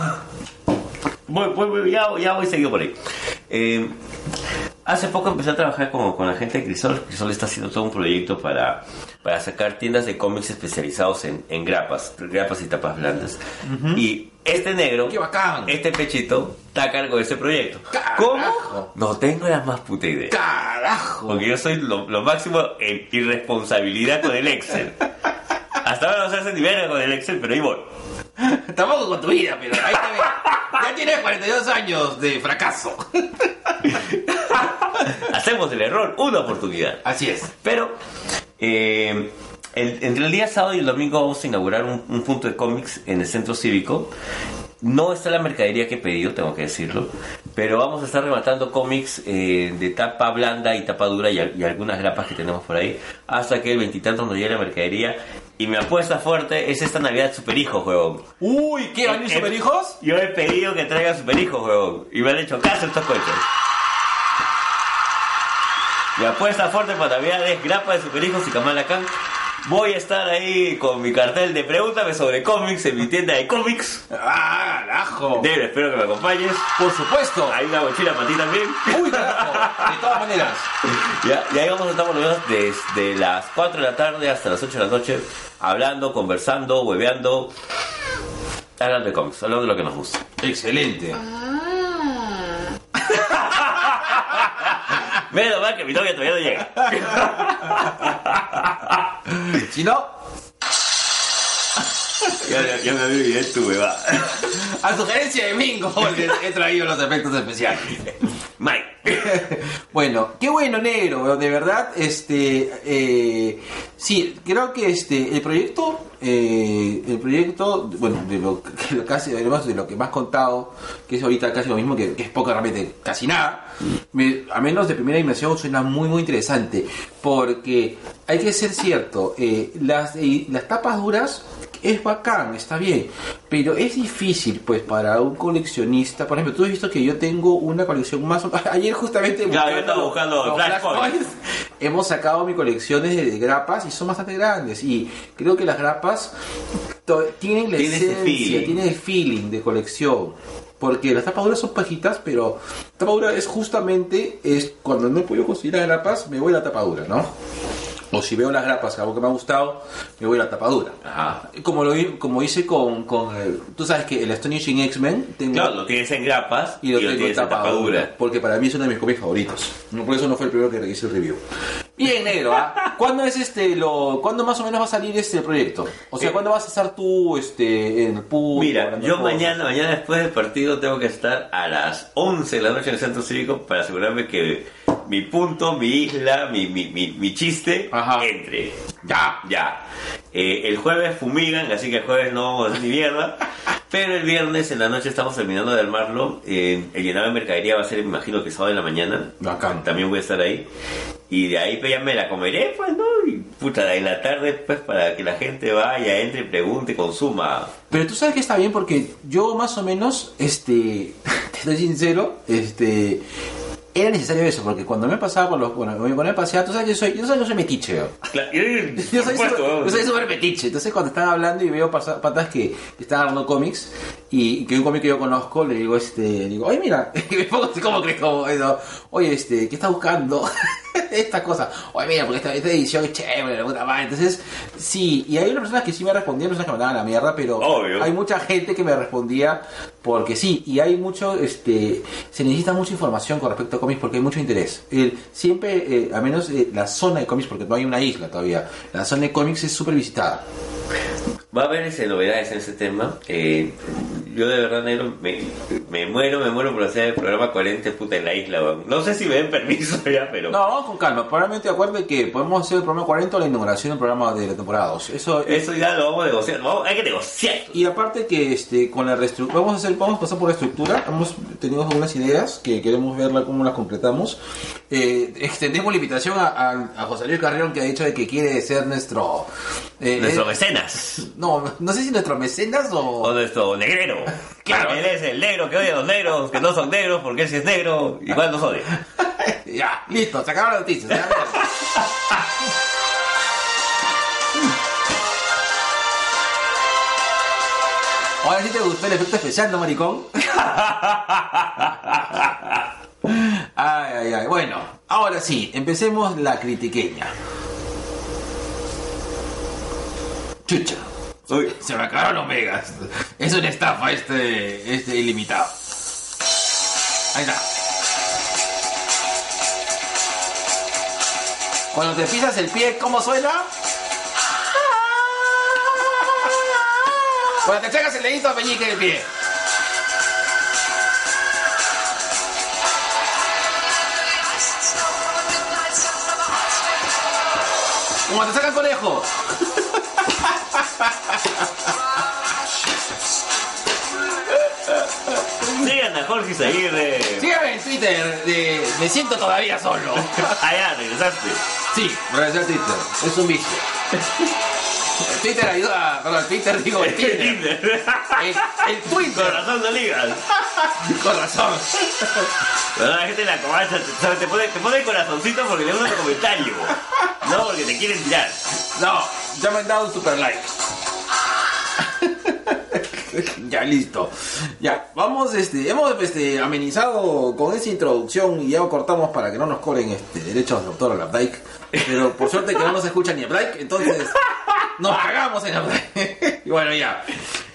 Speaker 3: Voy, voy, voy, ya, voy- ya voy seguido por ahí. Eh, hace poco empecé a trabajar con, con la gente de Crisol. Crisol está haciendo todo un proyecto para, para sacar tiendas de cómics especializados en, en grapas, grapas y tapas blandas. Y este negro,
Speaker 2: ¡Qué bacán!
Speaker 3: este pechito, está a cargo de ese proyecto. ¿Cómo?
Speaker 2: ¡Carajo!
Speaker 3: No tengo la más puta idea.
Speaker 2: Carajo.
Speaker 3: Porque yo soy lo, lo máximo en irresponsabilidad con el Excel. Hasta ahora no se hace ni verga con el Excel, pero ahí voy.
Speaker 2: Tampoco con tu vida, pero ahí te ves. Ya tienes 42 años de fracaso.
Speaker 3: Hacemos el error una oportunidad.
Speaker 2: Así es.
Speaker 3: Pero eh, el- entre el día sábado y el domingo vamos a inaugurar un, un punto de cómics en el centro cívico. No está la mercadería que he pedido, tengo que decirlo. Pero vamos a estar rematando cómics eh, de tapa blanda y tapa dura y, al- y algunas grapas que tenemos por ahí. Hasta que el veintitantos nos llegue la mercadería. Y mi apuesta fuerte es esta Navidad Superhijos, huevón.
Speaker 2: Uy, ¿qué? ¿Van
Speaker 3: Eh,
Speaker 2: a
Speaker 3: eh,
Speaker 2: ir superhijos?
Speaker 3: Yo he pedido que traigan Superhijos, huevón. Y me han hecho caso estos coches. Mi apuesta fuerte para Navidad es grapa de Superhijos y Kamala Khan. Voy a estar ahí con mi cartel de pregúntame sobre cómics en mi tienda de cómics.
Speaker 2: ¡Ah, carajo!
Speaker 3: Debra, espero que me acompañes.
Speaker 2: Por supuesto.
Speaker 3: Hay una mochila para ti también.
Speaker 2: Uy, carajo. De todas maneras.
Speaker 3: Ya, y ahí vamos a estar por lo menos desde las 4 de la tarde hasta las 8 de la noche, hablando, conversando, hueveando, hablando de cómics, hablando de lo que nos gusta.
Speaker 2: Excelente.
Speaker 5: Ah.
Speaker 3: Menos mal que mi novia todavía no llega.
Speaker 2: Si no,
Speaker 3: Ya, ya me olvidé tu hueva.
Speaker 2: a sugerencia de Mingo les he traído los efectos especiales.
Speaker 3: Mike.
Speaker 2: Bueno, qué bueno, negro, weón, de verdad, este, eh, sí, creo que este, el proyecto, eh, el proyecto, bueno, de lo que lo casi, además de lo que más contado, que es ahorita casi lo mismo, que, que es poco realmente, casi nada, me- a menos de primera impresión suena muy, muy interesante, porque hay que ser cierto, eh, las, eh, las tapas duras es bacán, está bien, pero es difícil, pues, para un coleccionista, por ejemplo, tú has visto que yo tengo una colección más, ayer justamente
Speaker 3: Ya, yo estaba buscando
Speaker 2: los
Speaker 3: Flashpoint.
Speaker 2: Flashpoints. Hemos sacado mis colecciones de, de grapas y son bastante grandes. Y creo que las grapas to- tienen la
Speaker 3: Tiene ese
Speaker 2: esencia,
Speaker 3: feeling.
Speaker 2: tienen el feeling de colección. Porque las tapaduras son pajitas, pero tapadura es justamente es cuando no he podido conseguir las grapas, me voy a la tapadura, ¿no? O si veo las grapas, algo que me ha gustado, me voy a la tapadura.
Speaker 3: Ajá.
Speaker 2: Como lo hi- como hice con, con el- tú sabes que el Astonishing X-Men tengo
Speaker 3: Claro, lo tienes en grapas
Speaker 2: y lo tengo en
Speaker 3: tienes en
Speaker 2: tapadura.
Speaker 3: tapadura.
Speaker 2: Porque para mí es uno de mis cómics favoritos. No, Por eso no fue el primero que hice el review. Bien, negro, ¿ah? ¿Cuándo es este lo. ¿Cuándo más o menos va a salir este proyecto? O sea,
Speaker 3: Eh,
Speaker 2: ¿cuándo vas a estar tú este, en el pub?
Speaker 3: Mira,
Speaker 2: hablando
Speaker 3: yo
Speaker 2: cosas?
Speaker 3: mañana, mañana después del partido tengo que estar a las 11 de la noche en el centro cívico para asegurarme que mi punto, mi isla, mi, mi, mi, mi chiste
Speaker 2: Ajá.
Speaker 3: entre.
Speaker 2: Ya.
Speaker 3: Ya. Eh, el jueves fumigan, así que el jueves no vamos a hacer ni mierda. Pero el viernes en la noche estamos terminando de armarlo. Eh, el llenado de mercadería va a ser, me imagino, que sábado en la mañana.
Speaker 2: Bacán.
Speaker 3: También voy a estar ahí. Y de ahí pues ya me la comeré, pues, ¿no? Y puta, en la tarde, pues, para que la gente vaya, entre, pregunte, consuma.
Speaker 2: Pero tú sabes que está bien porque yo más o menos, este, te soy sincero, este, era necesario eso porque cuando me pasaba por los, bueno, cuando me paseaba, tú sabes que soy, yo soy, yo soy metiche, weón.
Speaker 3: Claro, yo,
Speaker 2: Yo
Speaker 3: por
Speaker 2: soy,
Speaker 3: supuesto,
Speaker 2: súper-
Speaker 3: vamos.
Speaker 2: yo soy súper metiche. Entonces, cuando están hablando y veo pasa- patas que, que están hablando cómics y, y que un cómic que yo conozco, le digo, este, le digo, oye, mira, y me pongo así como crees, como eso. Oye, este, ¿qué estás buscando? esta cosa. Oye, mira, porque esta, esta edición es chévere, la puta madre. Entonces, sí, y hay unas personas que sí me respondían, personas que me daban la mierda, pero
Speaker 3: Obvio.
Speaker 2: hay mucha gente que me respondía porque sí, y hay mucho, este, se necesita mucha información con respecto a cómics porque hay mucho interés. El- siempre, eh, al menos eh, la zona de cómics, porque no hay una isla todavía, la zona de cómics es súper visitada.
Speaker 3: Va a haber ese, novedades en ese tema. Eh, yo de verdad, negro, me, me muero, me muero por hacer el programa 40 puta en la isla. weón. No sé si me den permiso ya, pero...
Speaker 2: No, vamos con calma, probablemente acuerde que podemos hacer el programa 40 o la inauguración del programa de la temporada 2. Eso
Speaker 3: Eso ya lo vamos a negociar. Vamos, hay que negociar.
Speaker 2: Y aparte que este con la reestructura vamos a hacer vamos a pasar por la estructura, hemos tenido algunas ideas que queremos verla cómo las concretamos. Eh, extendemos la invitación a, a- a José Luis Carrión que ha dicho de que quiere ser nuestro eh,
Speaker 3: Nuestro
Speaker 2: eh,
Speaker 3: mecenas.
Speaker 2: no, no sé si nuestro mecenas
Speaker 3: O
Speaker 2: o
Speaker 3: nuestro negrero.
Speaker 2: Claro.
Speaker 3: Claro. Él es el negro que odia a los negros, que no son negros, porque él sí es negro, igual nos odia.
Speaker 2: ya, listo, se acabaron las noticias. ya, mierda. Ahora sí te gustó el efecto especial, ¿no, maricón? Ay, ay, ay. Bueno, ahora sí, empecemos la critiqueña. Chucha,
Speaker 3: Uy,
Speaker 2: se me acabaron los megas. Es una estafa este, este ilimitado. Ahí está. Cuando te pisas el pie, ¿cómo suena? Cuando te sacas el dedito a peñique del pie. Como te saca el conejo.
Speaker 3: Sigan a Jorge Isaguirre.
Speaker 2: Sígueme en Twitter de Me siento todavía solo.
Speaker 3: Allá, regresaste.
Speaker 2: Sí, gracias a Twitter. Es un vicio. Twitter ayuda, perdón, Twitter digo el Tinder.
Speaker 3: Tinder.
Speaker 2: El, el
Speaker 3: Con
Speaker 2: Twitter,
Speaker 3: razón no ligas.
Speaker 2: con razón.
Speaker 3: Pero la gente en la covacha te, sabe, te pone, te pone el corazoncito porque le gusta tu comentario. No porque te quieren tirar.
Speaker 2: No, ya me han dado un super like. ya listo. Ya, vamos, este, hemos este, amenizado con esa introducción y ya cortamos para que no nos cobren este, derechos de autor a Updike. Pero por suerte que no nos escucha ni Updike, entonces nos cagamos en Updike. y bueno, ya.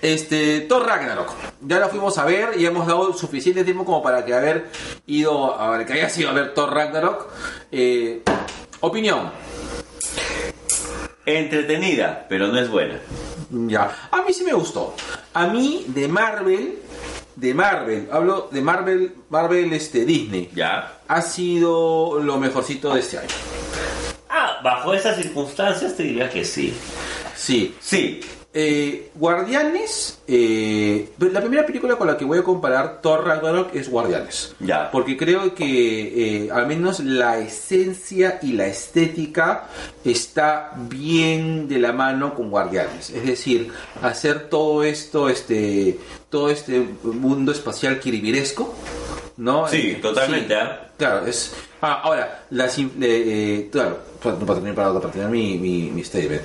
Speaker 2: Este, Thor Ragnarok. Ya la fuimos a ver y hemos dado suficiente tiempo como para que haber ido, a ver, que haya sido a ver Thor Ragnarok. Eh, opinión.
Speaker 3: Entretenida, pero no es buena.
Speaker 2: Ya. A mí sí me gustó. A mí de Marvel, de Marvel, hablo de Marvel, Marvel este Disney.
Speaker 3: Ya.
Speaker 2: Ha sido lo mejorcito de este año.
Speaker 3: Ah, bajo esas circunstancias te diría que sí.
Speaker 2: Sí.
Speaker 3: Sí.
Speaker 2: Eh, Guardianes, eh, la primera película con la que voy a comparar Thor Ragnarok es Guardianes.
Speaker 3: Ya.
Speaker 2: Porque creo que eh, al menos la esencia y la estética está bien de la mano con Guardianes. Es decir, hacer todo esto, este, todo este mundo espacial kiribiresco. ¿No? Eh,
Speaker 3: Sí, totalmente, ¿ah?
Speaker 2: Claro, es. Ah, ahora, las. in- eh, eh, claro, para, para terminar, para, para terminar mi, mi, mi statement.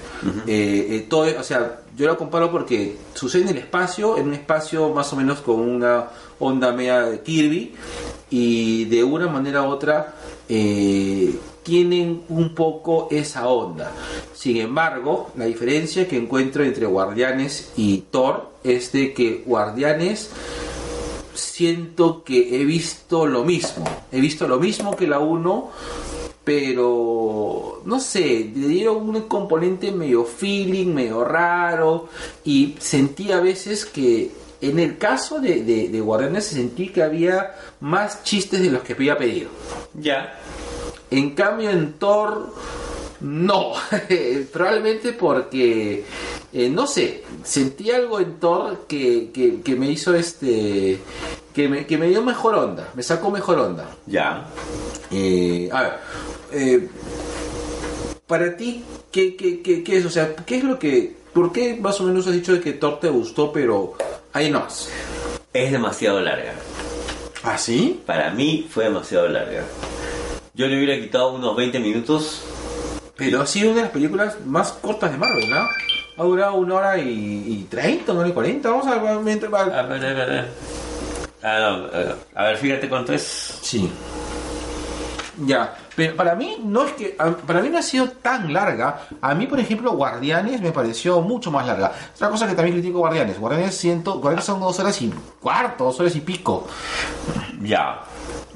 Speaker 2: Eh, eh, todo, o sea, yo lo comparo porque sucede en el espacio, en un espacio más o menos con una onda media de Kirby, y de una manera u otra. eh, tienen un poco esa onda. Sin embargo, la diferencia que encuentro entre Guardianes y Thor es de que Guardianes siento que he visto lo mismo. He visto lo mismo que la 1, pero no sé, le dieron un componente medio feeling, medio raro, y sentí a veces que en el caso de, de, de Guardianes sentí que había más chistes de los que había pedido.
Speaker 3: Ya.
Speaker 2: En cambio, en Thor, no. Probablemente porque, eh, no sé, sentí algo en Thor que, que- que me hizo este. Que me, que me dio mejor onda, me sacó mejor onda.
Speaker 3: Ya.
Speaker 2: Eh, a ver, eh, para ti, ¿qué, qué, qué, qué es? O sea, ¿qué es lo que. ¿Por qué más o menos has dicho de que Thor te gustó, pero ahí no más?
Speaker 3: Es demasiado larga.
Speaker 2: ¿Ah, sí?
Speaker 3: Para mí fue demasiado larga. Yo le hubiera quitado unos 20 minutos.
Speaker 2: Pero ha sido una de las películas más cortas de Marvel, ¿no? Ha durado una hora y, y 30, una hora y 40. Vamos a ver. mientras-
Speaker 3: A ver, a ver, a ver. Ah, no, eh, a ver, fíjate cuánto es.
Speaker 2: Sí. Ya, pero para mí no es que a- para mí no ha sido tan larga. A mí, por ejemplo, Guardianes me pareció mucho más larga. Otra cosa que también critico Guardianes, Guardianes siento, Guardianes son dos horas y cuarto, dos horas y pico.
Speaker 3: Ya.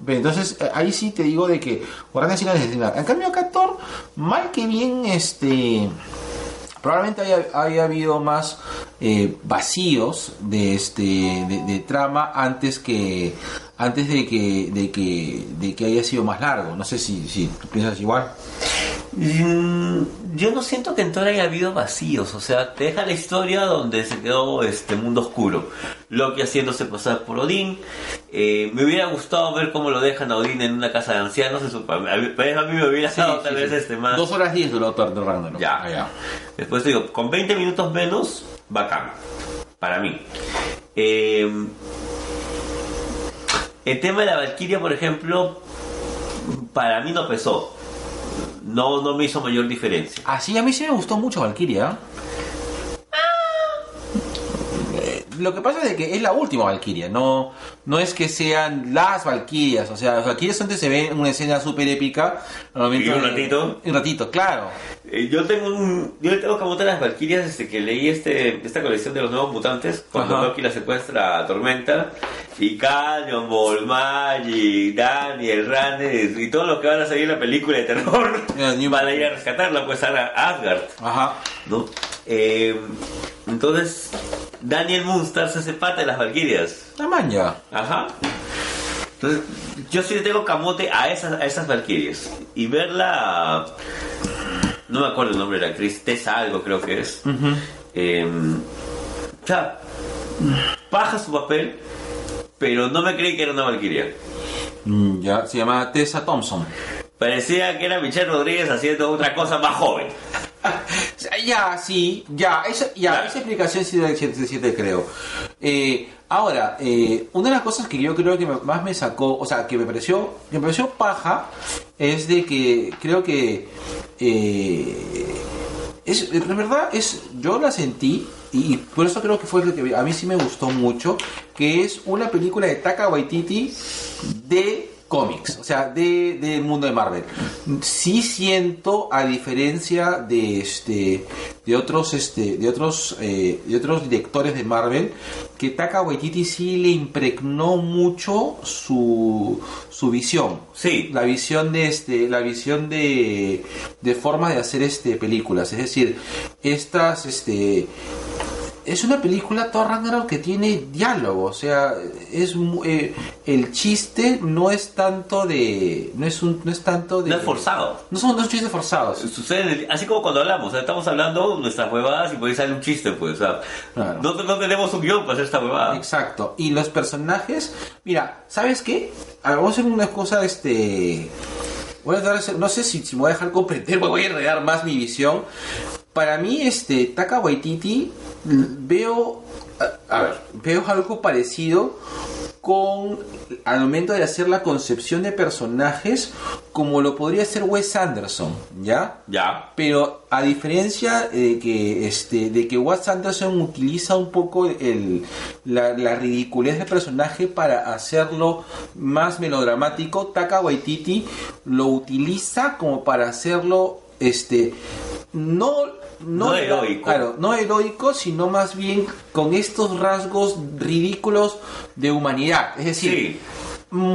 Speaker 2: Entonces eh, ahí sí te digo de que Guardianes sí la necesitan. En cambio acá Thor, mal que bien, este probablemente haya, haya habido más eh, vacíos de este de, de trama antes que antes de que de que de que haya sido más largo. No sé si, si tú piensas igual.
Speaker 3: Mm, Yo no siento que en Thor haya habido vacíos, o sea, te deja la historia donde se quedó este mundo oscuro. Loki haciéndose pasar por Odín. Eh, me hubiera gustado ver cómo lo dejan a Odín en una casa de ancianos. En su... a, mí, pues, a mí me hubiera gustado tal
Speaker 2: sí,
Speaker 3: vez
Speaker 2: sí.
Speaker 3: este más.
Speaker 2: Dos horas diez duró Thor de Ragnarok.
Speaker 3: Ya.
Speaker 2: Ah, ya.
Speaker 3: Después te digo, con 20 minutos menos, bacán. Para mí. Eh, el tema de la Valkyria, por ejemplo, para mí no pesó. No, no me hizo mayor diferencia.
Speaker 2: Así, a mí Ah, sí me gustó mucho ¿ah? Valkyria. Eh, Lo que pasa es de que es la última Valkyria, no, no es que sean las Valkyrias, o sea, las Valkyrias antes se ve en una escena súper épica. al momento
Speaker 3: Y un
Speaker 2: de-
Speaker 3: ratito.
Speaker 2: Un ratito, claro.
Speaker 3: Eh, yo tengo un, yo le tengo que montar a las Valkyrias desde que leí este, esta colección de los nuevos mutantes, cuando
Speaker 2: Ajá.
Speaker 3: Loki la secuestra a Tormenta, y Canyon, Ball, Magic, Daniel, Rannes, y todos los que van a salir en la película de terror
Speaker 2: Ya, ni un-
Speaker 3: van a ir a rescatarla, pues a Asgard,
Speaker 2: Ajá.
Speaker 3: ¿no? Eh, entonces, Daniel Munster se hace pata de las Valkyrias.
Speaker 2: La manja.
Speaker 3: Ajá. Entonces, yo sí le tengo camote a esas, a esas Valkyries. Y verla. No me acuerdo el nombre de la actriz, Tessa algo creo que es. Em, Eh, o sea, baja su papel, pero no me creí que era una valquiria.
Speaker 2: Mm, ya, se llama Tessa Thompson.
Speaker 3: Parecía que era Michelle Rodríguez haciendo otra cosa más joven.
Speaker 2: O sea, Ya, sí, ya, esa, ya,
Speaker 3: Claro.
Speaker 2: esa explicación sí, te- sí te- sí te creo. Eh, ahora, eh, una de las cosas que yo creo que me- más me sacó, o sea, que me pareció, que me pareció paja, es de que creo que eh, es, de verdad, es, yo la sentí y, y por eso creo que fue lo que a mí sí me gustó mucho, que es una película de Taka Waititi de cómics, o sea, de, del mundo de Marvel. Sí siento, a diferencia de este, de otros, este, de otros, eh, de otros directores de Marvel, que Taka Waititi sí le impregnó mucho su, su visión
Speaker 3: Sí.
Speaker 2: la visión de este la visión de, de forma de hacer este películas es decir estas este es una película Thor Ragnarok que tiene diálogo o sea es mu- eh, el chiste no es tanto de no es un no es tanto de
Speaker 3: No es forzado.
Speaker 2: no son dos chistes forzados
Speaker 3: Sucede en el- así como cuando hablamos, o sea, estamos hablando nuestras huevadas y por ahí sale un chiste, pues. O sea,
Speaker 2: Claro.
Speaker 3: no, no tenemos un guión para hacer esta huevada.
Speaker 2: Exacto. Y los personajes, mira, ¿sabes qué? A ver, vamos a hacer una cosa, este... Voy a dar- no sé si, si me voy a dejar comprender, porque voy a enredar más mi visión. Para mí, este, Taka Waititi, l- veo... A, a ver, veo algo parecido con al momento de hacer la concepción de personajes como lo podría hacer Wes Anderson, ¿ya?
Speaker 3: Ya.
Speaker 2: Pero a diferencia de que este de que Wes Anderson utiliza un poco el, la, la ridiculez del personaje para hacerlo más melodramático, Taka Waititi lo utiliza como para hacerlo este no no,
Speaker 3: No heroico.
Speaker 2: Claro, no heroico, sino más bien con estos rasgos ridículos de humanidad, es decir,
Speaker 3: Sí.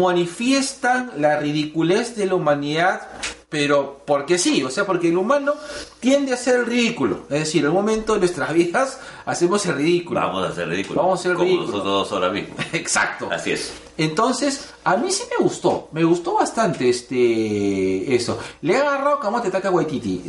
Speaker 2: manifiestan la ridiculez de la humanidad, pero porque sí, o sea, porque el humano tiende a ser el ridículo. Es decir, en un momento de nuestras vidas hacemos el ridículo.
Speaker 3: Vamos a hacer ridículo.
Speaker 2: Vamos a ser
Speaker 3: Como
Speaker 2: ridículos.
Speaker 3: nosotros dos ahora mismo.
Speaker 2: Exacto.
Speaker 3: Así es.
Speaker 2: Entonces, a mí sí me gustó, me gustó bastante este eso. Le he agarrado camote Taka Waititi.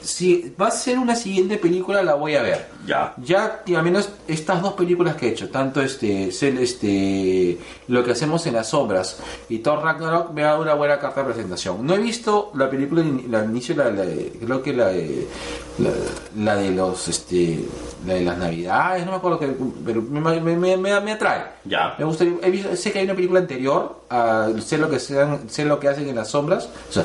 Speaker 2: Si va a ser una siguiente película, la voy a ver.
Speaker 3: Ya.
Speaker 2: Ya, y al menos estas dos películas que he hecho, tanto este, Cel- este lo que hacemos en las sombras y Thor Ragnarok, me ha dado una buena carta de presentación. No he visto la película, in- la inicio, la, la de- creo que la de, la, la de los, este, la de las navidades, no me acuerdo, que, pero me, me- me- me- me atrae.
Speaker 3: Ya.
Speaker 2: Me gustaría, he visto- sé que hay una película anterior, a sé, lo que sean, sé lo que hacen en las sombras, o sea,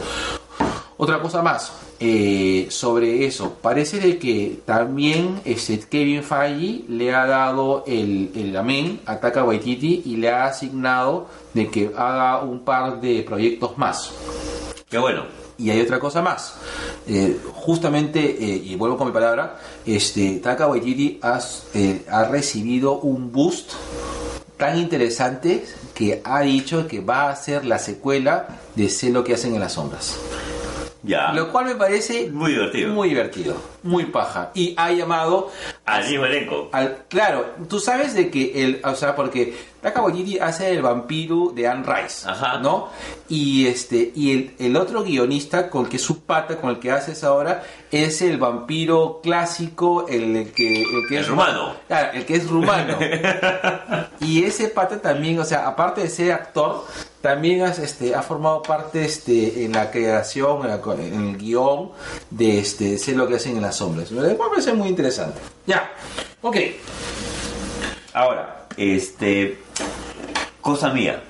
Speaker 2: otra cosa más eh, sobre eso. Parece de que también este, Kevin Feige le ha dado el, el amén a Taka Waititi y le ha asignado de que haga un par de proyectos más.
Speaker 3: Qué bueno.
Speaker 2: Y hay otra cosa más. Eh, justamente, eh, y vuelvo con mi palabra, este, Taka Waititi has- eh, ha recibido un boost tan interesante que ha dicho que va a hacer la secuela de Sé lo que hacen en las sombras.
Speaker 3: Ya.
Speaker 2: Lo cual me parece
Speaker 3: Ah. Muy divertido.
Speaker 2: Muy divertido, muy paja. Y ha llamado
Speaker 3: Al mismo elenco.
Speaker 2: al. Claro, tú sabes de que el. O sea, porque Taka Waititi hace el vampiro de Anne Rice.
Speaker 3: Ajá.
Speaker 2: ¿No? Y este. Y el, el otro guionista con el que su pata, con el que haces ahora, es el vampiro clásico, el, el que. El, que
Speaker 3: El
Speaker 2: es
Speaker 3: rumano.
Speaker 2: Claro, el que es rumano. y ese pata también, o sea, aparte de ser actor, también has, este, ha formado parte este, en la creación, en, la co- en el guión de este, sé lo que hacen en las sombras. Me parece muy interesante. Ya, ok.
Speaker 3: Ahora, este. Cosa mía.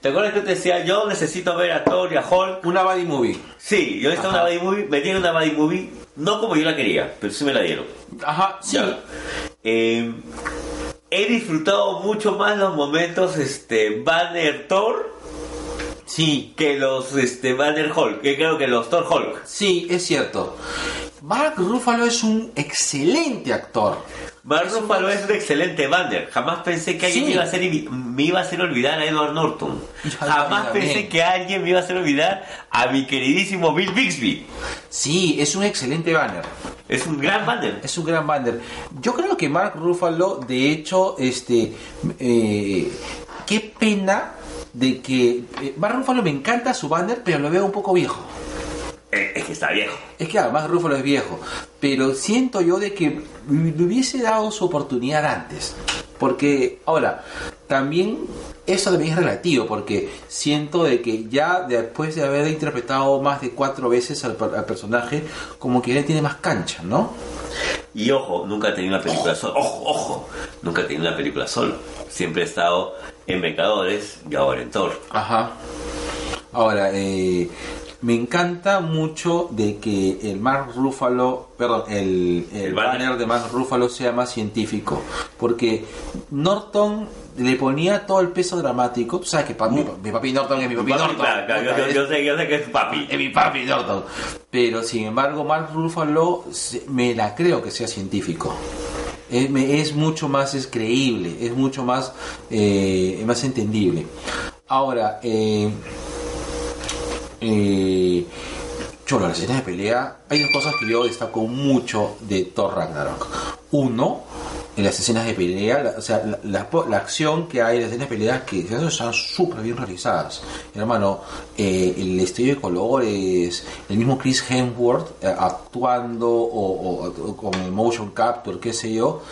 Speaker 3: ¿Te acuerdas que te decía yo necesito ver a Thor y a Hulk?
Speaker 2: Una body movie.
Speaker 3: Sí, yo necesitaba una
Speaker 2: Ajá.
Speaker 3: body movie, me dieron una body movie, no como yo la quería, pero sí me la dieron.
Speaker 2: Ajá, sí.
Speaker 3: Ya. Eh, he disfrutado mucho más los momentos este Banner Thor
Speaker 2: Sí,
Speaker 3: que los este Banner Hulk, que creo que los Thor Hulk.
Speaker 2: sí, es cierto. Mark Ruffalo es un excelente actor.
Speaker 3: Mark Ruffalo es un excelente Banner. Jamás pensé que alguien
Speaker 2: Sí.
Speaker 3: me, iba a hacer, invi- me iba a hacer olvidar a Edward Norton.
Speaker 2: Yo
Speaker 3: Jamás
Speaker 2: también.
Speaker 3: pensé que alguien me iba a hacer olvidar a mi queridísimo Bill Bixby.
Speaker 2: Sí, es un excelente banner.
Speaker 3: Es un gran Banner.
Speaker 2: Es un gran banner. Yo creo que Mark Ruffalo, de hecho, este. eh, qué pena de que. eh, Mark Ruffalo me encanta su banner, pero lo veo un poco viejo.
Speaker 3: Eh, que, es que está viejo.
Speaker 2: Es que además Ruffalo es viejo, pero siento yo de que le hubiese dado su oportunidad antes. Porque, ahora, también eso también es relativo, porque siento de que ya después de haber interpretado más de cuatro veces al, per- al personaje, como que él tiene más cancha, ¿no?
Speaker 3: Y ojo, nunca he tenido una película solo. Ojo, ojo. Nunca he tenido una película solo. Siempre he estado en Vengadores y ahora en Thor.
Speaker 2: Ajá. Ahora, eh, me encanta mucho de que el Mark Ruffalo, perdón, el, el
Speaker 3: El banner.
Speaker 2: banner. de Mark Ruffalo sea más científico, porque Norton le ponía todo el peso dramático, tú sabes que pa- mi, mi papi Norton es mi papi,
Speaker 3: Papi,
Speaker 2: Norton,
Speaker 3: claro, claro,
Speaker 2: puta,
Speaker 3: yo, yo-
Speaker 2: es-
Speaker 3: yo sé, yo sé que es papi.
Speaker 2: es mi papi Norton, pero sin embargo Mark Ruffalo se- me la creo que sea científico. Es, me- es mucho más es creíble, es mucho más, eh, más entendible. Ahora, eh, eh, Cholo, las escenas de pelea, hay dos cosas que yo destaco mucho de Thor Ragnarok. Uno, en las escenas de pelea, la- o sea, la, la po- la acción que hay en las escenas de pelea que esas están súper bien realizadas. Hermano, eh, el estudio de colores, el mismo Chris Hemsworth eh, actuando o, o- o con motion capture, qué sé yo,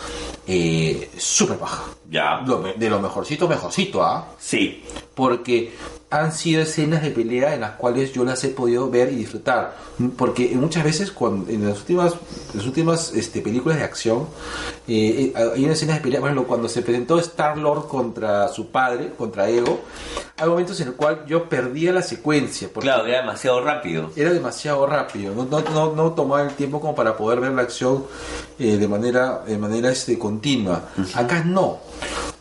Speaker 2: eh, súper baja.
Speaker 3: Ya.
Speaker 2: De lo mejorcito, mejorcito, ¿ah?
Speaker 3: Sí.
Speaker 2: porque han sido escenas de pelea en las cuales yo las he podido ver y disfrutar. Porque muchas veces cuando, en las últimas, las últimas este, películas de acción eh, eh, hay una escena de pelea, por ejemplo, cuando se presentó Star Lord contra su padre, contra Ego, hay momentos en el cual yo perdía la secuencia. Porque
Speaker 3: Claro, era demasiado rápido.
Speaker 2: era demasiado rápido, no, no, no, no tomaba el tiempo como para poder ver la acción eh, de manera, de manera este, continua. Acá no.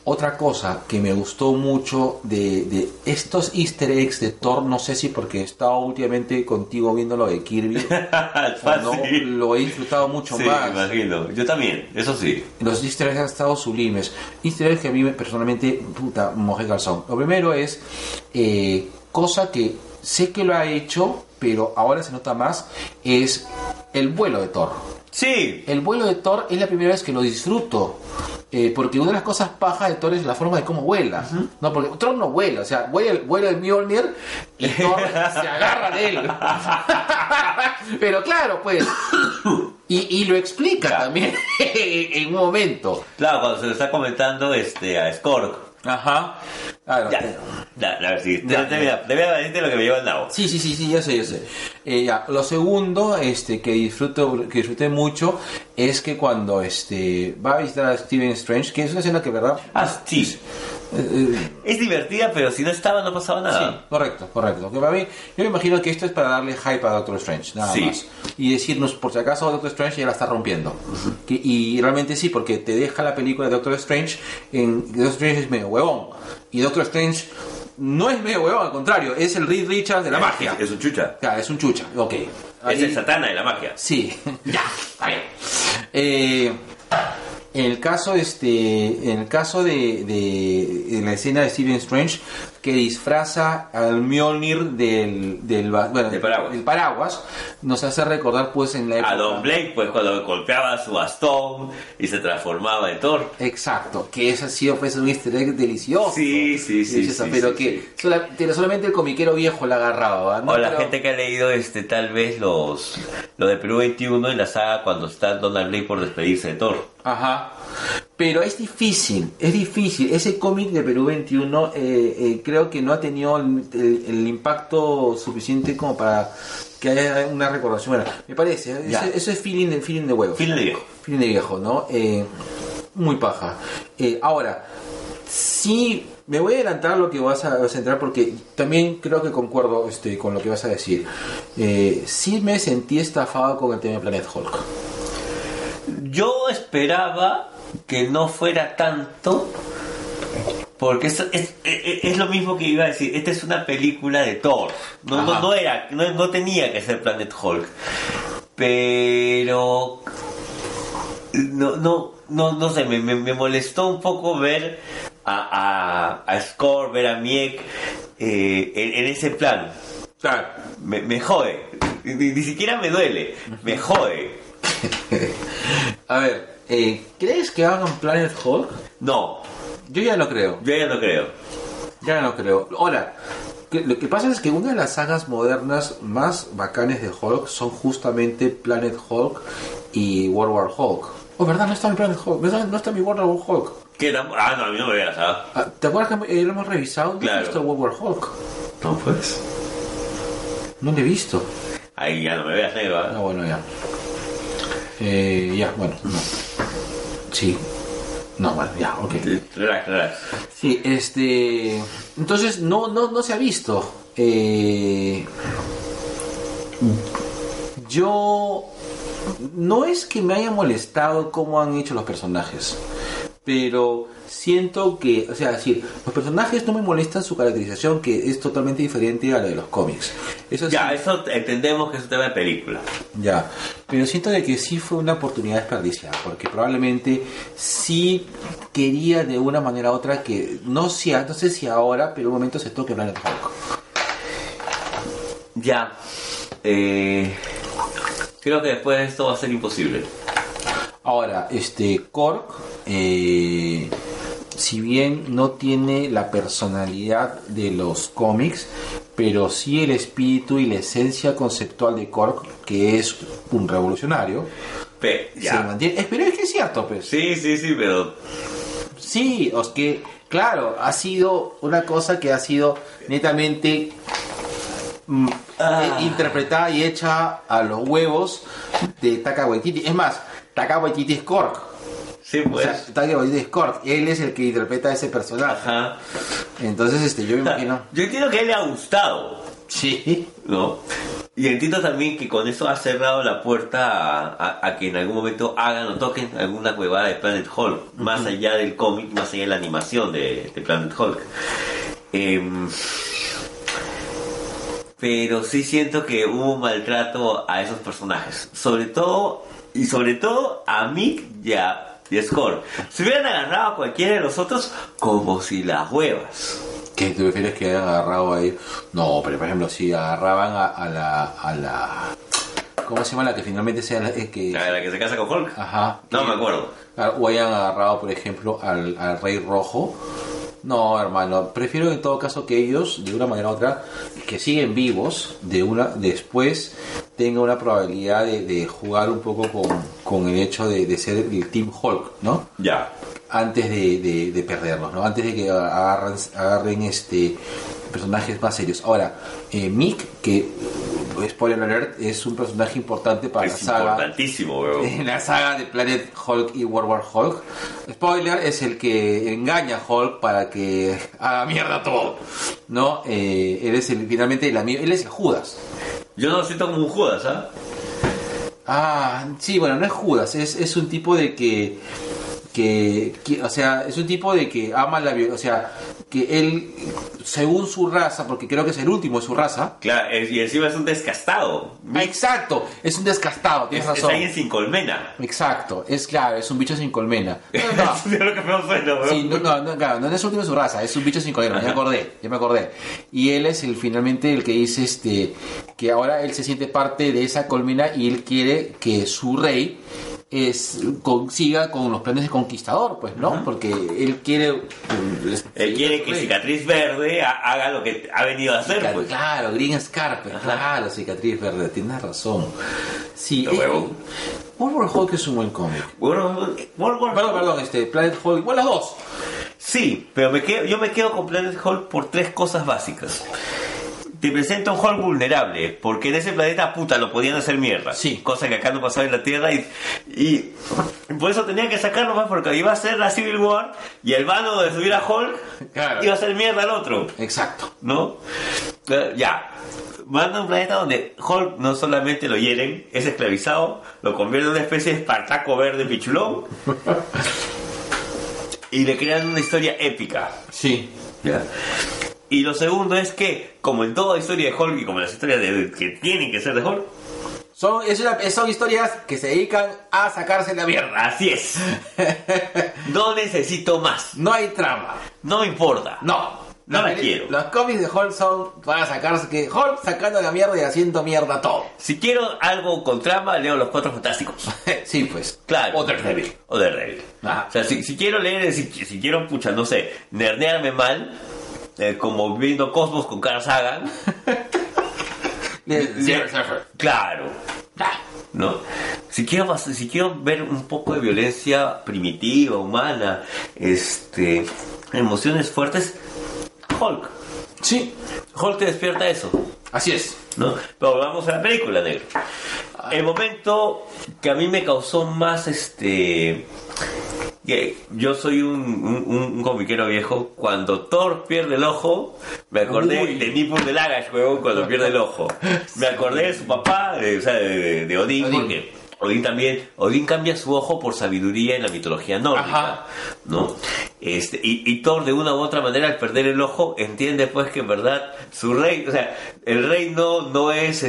Speaker 2: Otra cosa que me gustó mucho de, de estos easter eggs de Thor, no sé si porque he estado últimamente contigo viendo lo de Kirby, o no,
Speaker 3: Fácil.
Speaker 2: lo he disfrutado mucho
Speaker 3: Ah, Sí,
Speaker 2: más.
Speaker 3: me imagino. Yo también, eso sí.
Speaker 2: Los easter eggs han estado sublimes. Easter eggs que a mí me- personalmente, puta, mojé calzón. Lo primero es, eh, cosa que sé que lo ha hecho, pero ahora se nota más, es el vuelo de Thor.
Speaker 3: Sí.
Speaker 2: El vuelo de Thor es la primera vez que lo disfruto. eh, porque una de las cosas pajas de Thor es la forma de cómo vuela. No, porque Thor no vuela, o sea, vuela, el- vuela el Mjolnir y Thor se agarra de él. Pero claro, pues. Y, y lo explica
Speaker 3: Ya.
Speaker 2: también en un momento.
Speaker 3: Claro, cuando se lo está comentando este, a Scork.
Speaker 2: Ajá. Ah, Claro.
Speaker 3: Ya. Ya, la- sí.
Speaker 2: Ya,
Speaker 3: te, te-
Speaker 2: ya.
Speaker 3: te voy a decirte lo que me lleva el nabo.
Speaker 2: Sí, sí, sí, sí, ya sé, ya sé. Eh, ya. Lo segundo este, que, disfruto, que disfruté mucho es que cuando este, va a visitar a Steven Strange, que es una escena que, ¿verdad?
Speaker 3: Ah, sí. Es divertida, pero si no estaba, no pasaba
Speaker 2: Sí,
Speaker 3: nada.
Speaker 2: Ah, correcto, correcto. Que para mí, yo me imagino que esto es para darle hype a Doctor Strange, nada
Speaker 3: Sí.
Speaker 2: más. Y decirnos, por si acaso, Doctor Strange ya la está rompiendo. Que- y realmente sí, porque te deja la película de Doctor Strange en. Doctor Strange es medio huevón. Y Doctor Strange no es medio huevón, al contrario, es el Reed Richards de la magia.
Speaker 3: Es, es un chucha.
Speaker 2: Claro, es un chucha, ok.
Speaker 3: Es
Speaker 2: Ahí-
Speaker 3: el satana de la magia.
Speaker 2: Sí, ya, está bien. Eh, en el caso, este, en el caso de, de- de la escena de Steven Strange que disfraza al Mjolnir del, del ba- bueno,
Speaker 3: Del paraguas.
Speaker 2: del paraguas, nos hace recordar pues en la época.
Speaker 3: A Don Blake, pues cuando golpeaba su bastón y se transformaba en Thor.
Speaker 2: Exacto, que ese ha sido pues un easter egg delicioso.
Speaker 3: Sí, sí, sí,
Speaker 2: Delicioso,
Speaker 3: sí,
Speaker 2: pero
Speaker 3: sí,
Speaker 2: que
Speaker 3: sí.
Speaker 2: sola- pero solamente el comiquero viejo la agarraba. ¿no?
Speaker 3: O la
Speaker 2: Pero-
Speaker 3: gente que ha leído este tal vez los lo de Perú 21 en la saga cuando está Donald Blake por despedirse de Thor.
Speaker 2: Ajá. Pero es difícil, es difícil. Ese cómic de Perú 21 eh, eh, creo que no ha tenido el, el- el impacto suficiente como para que haya una recordación. Bueno, me parece, ¿eh?
Speaker 3: Ya.
Speaker 2: eso, eso es feeling de, feeling de huevo.
Speaker 3: Fin de viejo.
Speaker 2: Feeling de viejo, ¿no? Eh, muy paja. Eh, ahora, sí, me voy a adelantar lo que vas a, vas a entrar porque también creo que concuerdo este, con lo que vas a decir. Eh, sí me sentí estafado con el tema de Planet Hulk.
Speaker 3: Yo esperaba que no fuera tanto porque es, es- e, es- es lo mismo que iba a decir, esta es una película de Thor. No, no,
Speaker 2: Ajá.
Speaker 3: no era, no, no tenía que ser Planet Hulk. Pero no, no, no, no sé, me, me- me molestó un poco ver a, a, a Score, ver a Miek eh, en- en ese plan. Me, me jode. Ni, ni siquiera me duele. Me jode.
Speaker 2: A ver, eh, ¿crees que hagan Planet Hulk?
Speaker 3: No,
Speaker 2: Yo ya no creo,
Speaker 3: yo ya no creo.
Speaker 2: ya no creo. Ahora, que- lo que pasa es que una de las sagas modernas más bacanes de Hulk son justamente Planet Hulk y World War Hulk. Oh, ¿verdad? No está mi Planet Hulk. No está, no está mi World War Hulk.
Speaker 3: Que tam- Ah, no, a mí no me veas, ¿ah?
Speaker 2: Ah, ¿Te acuerdas que eh, lo hemos revisado? No
Speaker 3: Claro.
Speaker 2: he visto World War Hulk.
Speaker 3: No, pues.
Speaker 2: No lo he visto.
Speaker 3: Ahí ya no me veas, negro.
Speaker 2: Ah,
Speaker 3: ¿ah?
Speaker 2: bueno, ya. Eh, ya, bueno. No. Sí. No, bueno, ya, ok.
Speaker 3: Relax, relax.
Speaker 2: Sí, este. Entonces, no, no, no se ha visto. Eh, yo. No es que me haya molestado cómo han hecho los personajes. Pero siento que, o sea, es decir, los personajes no me molestan su caracterización, que es totalmente diferente a la de los cómics. Eso sí,
Speaker 3: Ya, eso entendemos que es un tema de película.
Speaker 2: ya, pero siento de que sí fue una oportunidad desperdiciada, porque probablemente sí quería de una manera u otra que, no, si, no sé si ahora, pero en un momento se toque Planet Hulk.
Speaker 3: Ya. Eh, creo que después de esto va a ser imposible.
Speaker 2: Ahora, este Korg, eh, si bien no tiene la personalidad de los cómics, pero sí el espíritu y la esencia conceptual de Korg, que es un revolucionario,
Speaker 3: Pe-
Speaker 2: se
Speaker 3: ya.
Speaker 2: mantiene. Eh, Pero es que es cierto, pues.
Speaker 3: Sí, sí, sí, pero.
Speaker 2: Sí, os que, claro, ha sido una cosa que ha sido netamente mm, eh, interpretada y hecha a los huevos de Taka Waititi. Es más, Taka Waititi es Korg.
Speaker 3: Sí,
Speaker 2: O
Speaker 3: pues.
Speaker 2: sea, Taka Waititi es Korg. Él es el que interpreta a ese personaje.
Speaker 3: Ajá.
Speaker 2: Entonces, este, yo me imagino.
Speaker 3: Yo entiendo que a él le ha gustado,
Speaker 2: Sí.
Speaker 3: ¿no? Y entiendo también que con eso ha cerrado la puerta a, a- a que en algún momento hagan o toquen alguna huevada de Planet Hulk, más allá del cómic, más allá de la animación de, de Planet Hulk. Em, pero sí siento que hubo un maltrato a esos personajes, sobre todo y sobre todo a Mick y a, y a Score. Se hubieran agarrado a cualquiera de los otros como si las huevas.
Speaker 2: ¿Qué te refieres que hayan agarrado ahí? No, pero por ejemplo, si agarraban a, a la. a la. ¿Cómo se llama la que finalmente sea la eh, que.
Speaker 3: La, la que se casa con Hulk.
Speaker 2: Ajá.
Speaker 3: No me acuerdo.
Speaker 2: Ah, O hayan agarrado, por ejemplo, al, al Rey Rojo. No, hermano, prefiero en todo caso que ellos, de una manera u otra, que siguen vivos, de una después tenga una probabilidad de, de jugar un poco con, con el hecho de, de ser el Team Hulk, ¿no?
Speaker 3: Ya.
Speaker 2: Antes de, de- de perderlos, ¿no? Antes de que agarran- agarren este personajes más serios. Ahora, eh, Mick, que, spoiler alert, es un personaje importante para
Speaker 3: es
Speaker 2: la saga
Speaker 3: importantísimo, weón.
Speaker 2: en la saga de Planet Hulk y World War Hulk. Spoiler, es el que engaña a Hulk para que haga mierda todo. ¿No? Eh, él es el, finalmente el amigo, él es el Judas.
Speaker 3: Yo no lo siento como un Judas, ¿ah?
Speaker 2: Ah, sí, bueno, no es Judas, es, es un tipo de que, que, que- O sea, es un tipo de que ama la violencia. O sea, que él, según su raza, porque creo que es el último de su raza.
Speaker 3: Claro, es- y encima es un descastado.
Speaker 2: Ah, exacto, es un descastado,
Speaker 3: Es,
Speaker 2: tienes
Speaker 3: es
Speaker 2: razón.
Speaker 3: alguien sin colmena.
Speaker 2: Exacto, es claro, es un bicho sin colmena. No, no,
Speaker 3: Eso es lo que peor suena, weón.
Speaker 2: Sí, no, no, no, claro, no es último de su raza, es un bicho sin colero, ya me acordé, ya me acordé. Y él es el finalmente el que dice este que ahora él se siente parte de esa colmena y él quiere que su rey es consiga con los planes de conquistador, pues, ¿no? Porque él quiere eh,
Speaker 3: Él quiere que Cicatriz Verde ha- haga lo que ha venido a hacer,
Speaker 2: Claro,
Speaker 3: pues.
Speaker 2: claro, Green Scarpe, claro, cicatriz verde, tienes razón. Sí,
Speaker 3: Lo huevo.
Speaker 2: World War Hulk es un buen cómic.
Speaker 3: World- World War-
Speaker 2: Perdón, perdón, este, Planet Hulk, bueno, las dos.
Speaker 3: Sí, pero me quedo, yo me quedo con Planet Hulk por tres cosas básicas. Te presenta un Hulk vulnerable, porque en ese planeta puta lo podían hacer mierda.
Speaker 2: Sí.
Speaker 3: Cosa que acá no pasaba en la Tierra y, y por eso tenía que sacarlo más porque iba a ser la Civil War y el vano de subir a Hulk
Speaker 2: Claro.
Speaker 3: iba a hacer mierda al otro.
Speaker 2: Exacto.
Speaker 3: ¿no? Eh, Ya. Manda a un planeta donde Hulk no solamente lo hieren, es esclavizado, lo convierte en una especie de espartaco verde pichulón. y le crean una historia épica.
Speaker 2: Sí.
Speaker 3: ¿ya? Y lo segundo es que, como en toda historia de Hulk y como en las historias de- que tienen que ser de Hulk,
Speaker 2: Son, es una- son historias que se dedican a sacarse la mierda.
Speaker 3: así es. No necesito más.
Speaker 2: No hay trama.
Speaker 3: No me importa.
Speaker 2: No.
Speaker 3: No la
Speaker 2: peli-
Speaker 3: quiero.
Speaker 2: Los cómics de Hulk son para sacarse que Hulk sacando la mierda y haciendo mierda todo.
Speaker 3: Si quiero algo con trama, leo Los Cuatro Fantásticos.
Speaker 2: sí, pues.
Speaker 3: Claro.
Speaker 2: O Daredevil.
Speaker 3: O Daredevil.
Speaker 2: Ajá.
Speaker 3: O sea, si, si quiero leer, si, si quiero, pucha, no sé, nerdearme mal, eh, como viendo Cosmos con Carl Sagan.
Speaker 2: Le-
Speaker 3: Ya- Claro. Ah. No. Si quiero, pas- si quiero ver un poco de violencia primitiva, humana, este, emociones fuertes, Hulk.
Speaker 2: Sí,
Speaker 3: Hulk te despierta eso,
Speaker 2: así es.
Speaker 3: ¿no? Pero volvamos a la película, negro.
Speaker 2: Ah.
Speaker 3: El momento que a mí me causó más, este... que Yo soy un, un, un- un comiquero viejo. Cuando Thor pierde el ojo, me acordé
Speaker 2: Uy.
Speaker 3: de Nippon de Lagash, huevón, cuando pierde el ojo. Me acordé de su papá, de, o sea, de, de- de Odín,
Speaker 2: Odín.
Speaker 3: porque Odín también, Odín cambia su ojo por sabiduría en la mitología nórdica,
Speaker 2: Ajá.
Speaker 3: ¿no? Este, y, y Thor de una u otra manera al perder el ojo entiende pues que en verdad su rey, o sea, el reino no es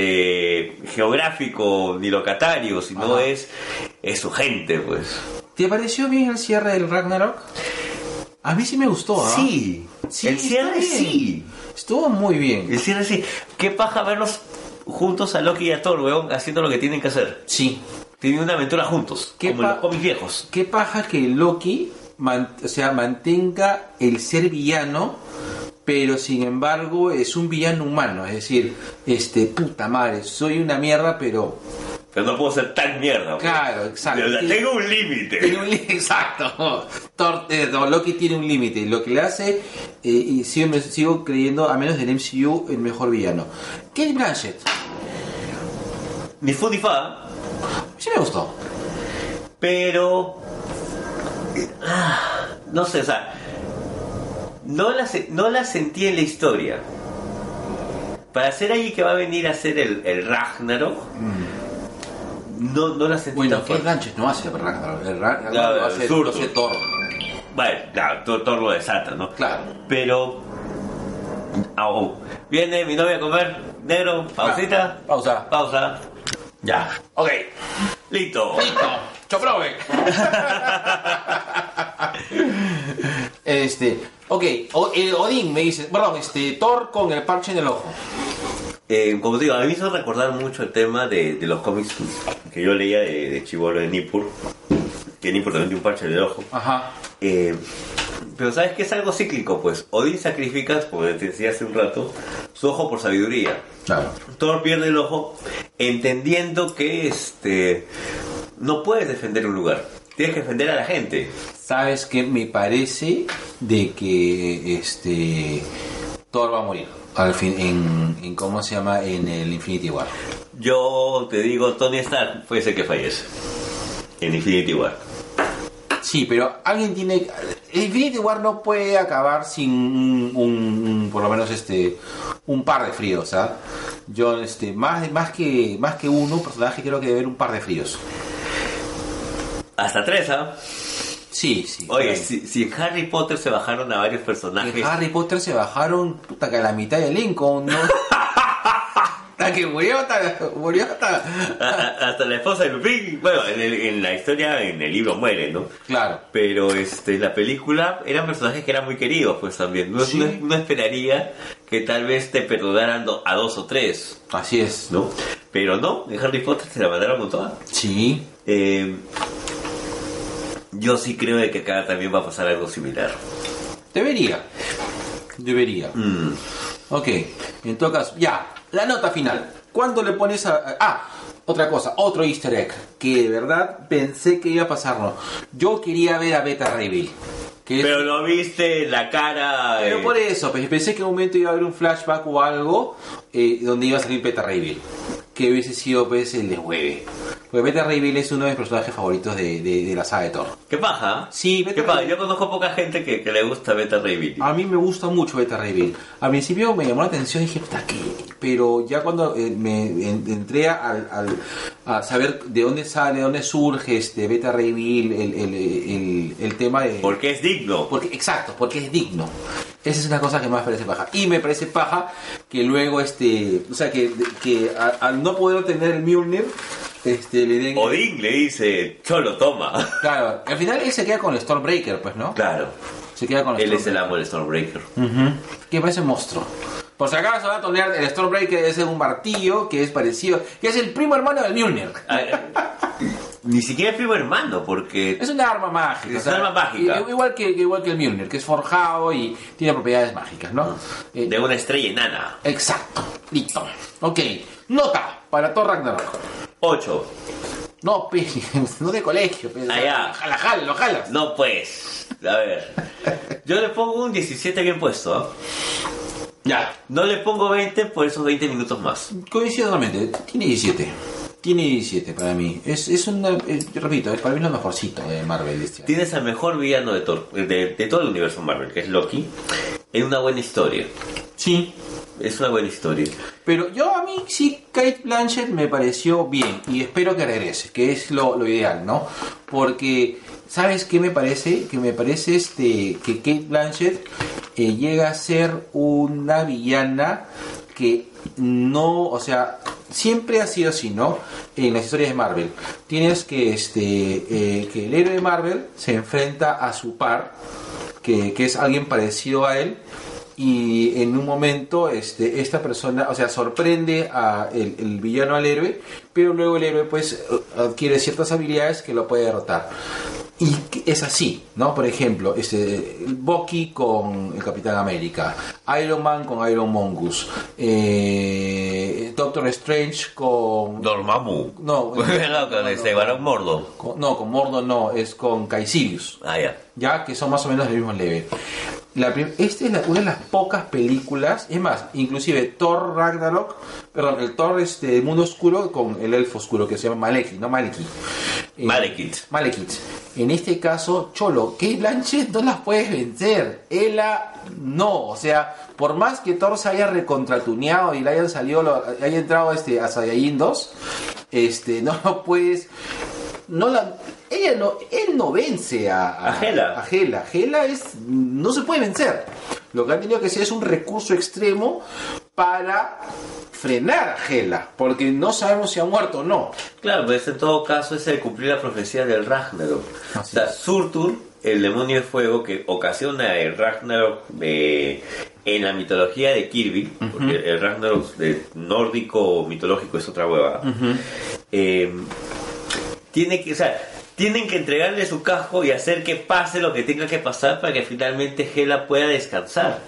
Speaker 3: este geográfico ni locatario, sino
Speaker 2: Ajá.
Speaker 3: es es su gente, pues.
Speaker 2: ¿Te pareció bien el cierre del Ragnarok? A mí sí me gustó, ¿ah?
Speaker 3: Sí,
Speaker 2: Sí,
Speaker 3: el cierre
Speaker 2: está bien.
Speaker 3: sí.
Speaker 2: Estuvo muy bien.
Speaker 3: El cierre sí. Qué paja verlos juntos a Loki y a Thor, weón, haciendo lo que tienen que hacer.
Speaker 2: Sí.
Speaker 3: Tienen una aventura juntos,
Speaker 2: Qué
Speaker 3: como en los
Speaker 2: pa-
Speaker 3: cómics viejos.
Speaker 2: Qué paja que Loki man- o sea, mantenga el ser villano, pero sin embargo es un villano humano. Es decir, este, puta madre, soy una mierda, pero.
Speaker 3: Pero no puedo ser tan mierda, weón.
Speaker 2: Claro, exacto.
Speaker 3: O sea,
Speaker 2: Sí.
Speaker 3: tengo un límite.
Speaker 2: Tiene un límite, exacto. Thor- eh, no, Loki tiene un límite. Lo que le hace, eh, y sigo, me sigo creyendo, a menos del MCU, el mejor villano. Kate Blanchett,
Speaker 3: Ni fu ni fa,
Speaker 2: sí me gustó.
Speaker 3: pero. ah, No sé, o sea. No la, se- no la sentí en la historia. Para ser ahí que va a venir a ser el, el Ragnarok, no, no la
Speaker 2: Mm.
Speaker 3: sentí
Speaker 2: Bueno,
Speaker 3: tan
Speaker 2: Kate
Speaker 3: fuerte.
Speaker 2: Blanchett no hace el Ragnarok. El Ragnarok
Speaker 3: Ya,
Speaker 2: lo hace,
Speaker 3: zurdo.
Speaker 2: lo hace Thor.
Speaker 3: Bueno, claro, todo, todo lo desata, ¿no?
Speaker 2: Claro.
Speaker 3: Pero. au, viene mi novia a comer, negro, pausita.
Speaker 2: Ah, pausa.
Speaker 3: Pausa. Ya. Ok. Listo.
Speaker 2: ¡Choprobe! este. Ok, o- eh, Odín me dice. Perdón, este. Thor con el parche en el ojo.
Speaker 3: Eh, como te digo, a mí me hizo recordar mucho el tema de, de los cómics que yo leía de, de Chibolo de Nippur. Que Nippur también tiene un parche en el ojo.
Speaker 2: Ajá.
Speaker 3: Eh, pero sabes que es algo cíclico, pues. Odín sacrifica, como te decía hace un rato, su ojo por sabiduría.
Speaker 2: Claro.
Speaker 3: Thor pierde el ojo entendiendo que este no puedes defender un lugar, tienes que defender a la gente.
Speaker 2: ¿Sabes qué? Me parece de que este Thor va a morir. Al fin, en, en- ¿cómo se llama? En el Infinity War.
Speaker 3: Yo te digo, Tony Stark puede ser que fallece en Infinity War.
Speaker 2: Sí, pero alguien tiene. el Infinity War no puede acabar sin un, un- un- por lo menos este un par de fríos, ¿ah? Yo este más de- más que más que uno personaje creo que debe haber un par de fríos.
Speaker 3: Hasta tres, ¿ah?
Speaker 2: Sí, sí.
Speaker 3: Oye,
Speaker 2: claro.
Speaker 3: si, si en Harry Potter se bajaron a varios
Speaker 2: En
Speaker 3: personajes,
Speaker 2: Harry Potter se bajaron puta que a la mitad de Lincoln, ¿no? Hasta que murió, hasta, murió hasta,
Speaker 3: a- a- hasta la esposa de Lupin, bueno, en, el- en la historia, en el libro muere, ¿no?
Speaker 2: Claro.
Speaker 3: Pero este, en la película eran personajes que eran muy queridos, pues también. No,
Speaker 2: Sí.
Speaker 3: no- no esperaría que tal vez te perdonaran do- a dos o tres.
Speaker 2: Así es.
Speaker 3: ¿no? Pero no, en Harry Potter se la mandaron con toda.
Speaker 2: Sí.
Speaker 3: Eh, yo sí creo de que acá también va a pasar algo similar.
Speaker 2: Debería. Debería.
Speaker 3: Mm.
Speaker 2: Ok. En todo caso, ya. La nota final. ¿Cuándo le pones a... a- Ah, otra cosa. Otro easter egg. Que de verdad pensé que iba a pasarnos. Yo quería ver a Beta Reveal. Que es-
Speaker 3: Pero lo viste en la cara.
Speaker 2: Pero
Speaker 3: eh,
Speaker 2: por eso, pues, pensé que en un momento iba a haber un flashback o algo eh, donde iba a salir Beta Reveal. Que hubiese sido pues el deshueve. Porque Beta Reveal es uno de mis personajes favoritos de, de- de la saga de Thor.
Speaker 3: ¿Qué paja? ¿eh?
Speaker 2: Sí, Beta
Speaker 3: ¿Qué paja?
Speaker 2: Ray-
Speaker 3: Yo conozco poca gente que, que le gusta Beta Ray Bill.
Speaker 2: A mí me gusta mucho Beta Ray Bill. Al principio me llamó la atención y dije, puta, ¿qué? Pero ya cuando eh, me en- entré al, al- a saber de dónde sale, de dónde surge este Beta Ray Bill, el, el- el- el tema de...
Speaker 3: Porque es digno.
Speaker 2: Porque, exacto, porque es digno. Esa es una cosa que más parece paja. Y me parece paja que luego, este, o sea, que, que a- al no poder obtener el Mjolnir, este, le den...
Speaker 3: Odín le dice, cholo, toma.
Speaker 2: Claro, al final él se queda con el Stormbreaker, pues, ¿no?
Speaker 3: Claro,
Speaker 2: Se queda con el
Speaker 3: él es
Speaker 2: Stormbreaker.
Speaker 3: el amo del Stormbreaker.
Speaker 2: que parece monstruo. Por si acaso, dato nerd, el Stormbreaker es un martillo que es parecido, que es el primo hermano del Mjolnir.
Speaker 3: Ah, eh, Ni siquiera es primo hermano, porque.
Speaker 2: Es una arma mágica.
Speaker 3: Es una arma mágica.
Speaker 2: i- Igual que, igual que el Mjolnir, que es forjado y tiene propiedades mágicas, ¿no? Eh,
Speaker 3: De una estrella enana.
Speaker 2: Exacto. Listo. Ok. Nota para Thor Ragnarok.
Speaker 3: 8.
Speaker 2: No, pe, no de colegio. pe.
Speaker 3: Ah, ya.
Speaker 2: Jala, jala, lo jalas.
Speaker 3: No, pues. A ver. Yo le pongo un 17 bien puesto. ¿ah?
Speaker 2: Ya.
Speaker 3: No le pongo 20 por esos 20 minutos más.
Speaker 2: Coincido totalmente. Tiene 17. Tiene 17 para mí. Es, es una. eh, yo repito, eh, para mí es lo mejorcito de Marvel. este año.
Speaker 3: Tienes al mejor villano de, Thor- de- de todo el universo Marvel, que es Loki, en una buena historia.
Speaker 2: Sí.
Speaker 3: Es una buena historia.
Speaker 2: Pero yo a mí sí, Kate Blanchett me pareció bien y espero que regrese, que es lo, lo ideal, ¿no? Porque, ¿sabes qué me parece? Que me parece este que Kate Blanchett eh, llega a ser una villana que no, o sea, siempre ha sido así, ¿no? En las historias de Marvel. Tienes que, este, eh, que el héroe de Marvel se enfrenta a su par que, que es alguien parecido a él y en un momento este esta persona o sea sorprende a el, el villano al héroe pero luego el héroe pues adquiere ciertas habilidades que lo puede derrotar y que es así no por ejemplo este Bucky con el Capitán América Iron Man con Iron Mongus eh, Doctor Strange con
Speaker 3: Dormammu.
Speaker 2: No,
Speaker 3: no, con este Barón Mordo.
Speaker 2: con- no con Mordo no es con Caecilius
Speaker 3: Ah, ya.
Speaker 2: ya que son más o menos del mismo level. La prim- esta es la- una de las pocas películas, es más, inclusive Thor Ragnarok, perdón, el Thor este, del Mundo Oscuro con el Elfo Oscuro que se llama Malekith, no Malekith. Eh,
Speaker 3: Malekith.
Speaker 2: Malekith. En este caso, Cholo, Kate Blanchett no las puedes vencer. Ella no, o sea, por más que Thor se haya recontratuneado y le hayan salido, lo- haya entrado este, a Saiyajin 2, este, no lo puedes no la ella no él no vence a,
Speaker 3: A Hela.
Speaker 2: a Hela Hela es no se puede vencer lo que han tenido que hacer es un recurso extremo para frenar a Hela porque no sabemos si ha muerto o no
Speaker 3: Claro, pues en todo caso es el cumplir la profecía del Ragnarok. O
Speaker 2: Así
Speaker 3: sea,
Speaker 2: es.
Speaker 3: Surtur, el demonio de fuego que ocasiona el Ragnarok de- en la mitología de Kirby, porque el Ragnarok de nórdico o mitológico es otra hueva, eh, tiene que, o sea, tienen que entregarle su casco y hacer que pase lo que tenga que pasar para que finalmente Hela pueda descansar.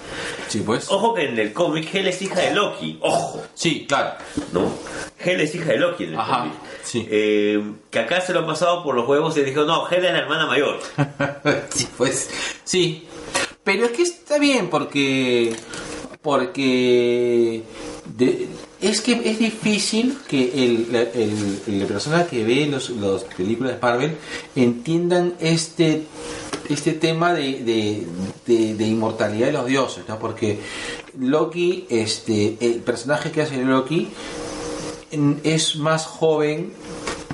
Speaker 2: sí pues
Speaker 3: Ojo que en el cómic Hela es hija de Loki, ojo.
Speaker 2: sí claro
Speaker 3: ¿no? Hela es hija de Loki en el
Speaker 2: Ajá,
Speaker 3: cómic.
Speaker 2: sí.
Speaker 3: Eh, que acá se lo han pasado por los huevos y dijo, no, Hela es la hermana mayor.
Speaker 2: sí pues sí pero es que está bien porque porque de- es que es difícil que el, la- el- la persona que ve las los películas de Marvel entiendan este este tema de, de- de- de inmortalidad de los dioses, ¿no? Porque Loki, este, el personaje que hace Loki en- es más joven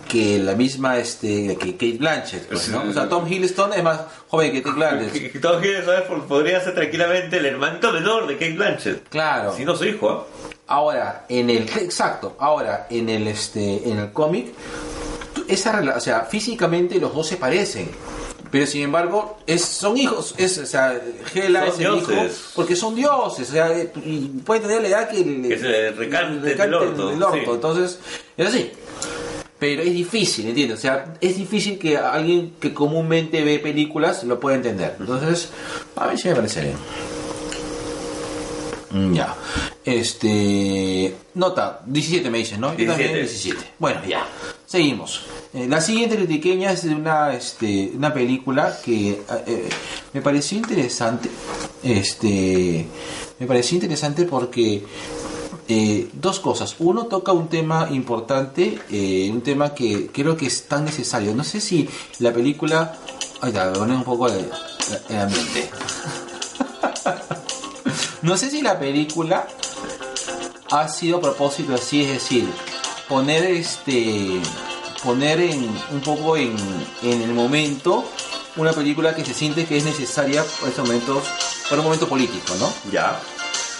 Speaker 2: que la misma este que Kate Blanchett, pues, ¿no? O sea, Tom Hiddleston es más joven que Kate Blanchett.
Speaker 3: Que- que Todos quieren saber, por- podría ser tranquilamente el hermanito menor de Kate Blanchett.
Speaker 2: Claro.
Speaker 3: Si no su hijo, ¿ah?
Speaker 2: Ahora, en el. Exacto, ahora, en el este. En el cómic. tú- Esa rela- o sea, físicamente los dos se parecen. Pero sin embargo, es, son hijos. Es, o sea, Hela
Speaker 3: Son
Speaker 2: es el hijo.
Speaker 3: dioses.
Speaker 2: Porque son dioses. O sea, eh, y puede tener la edad que, le-
Speaker 3: Que se recante
Speaker 2: le
Speaker 3: del orto,
Speaker 2: del orto.
Speaker 3: sí.
Speaker 2: Entonces, es así. Pero es difícil, ¿entiendes? O sea, es difícil que alguien que comúnmente ve películas lo pueda entender. Entonces, a mí sí me parece bien. Mm, Ya. Este. Nota, 17 me dicen, ¿no? Yo también
Speaker 3: 17.
Speaker 2: 17. Bueno, ya. Seguimos. Eh, la siguiente critiqueña es de una, este, una película que eh, eh, me pareció interesante. Este. Me pareció interesante porque. eh, dos cosas. Uno toca un tema importante, eh, un tema que creo que es tan necesario. No sé si la película. Ay, ya, voy a poner un poco el- el ambiente. No sé si la película ha sido a propósito así, es decir, poner este poner en un poco en, en el momento una película que se siente que es necesaria para estos momentos, para un momento político, ¿no?
Speaker 3: Ya.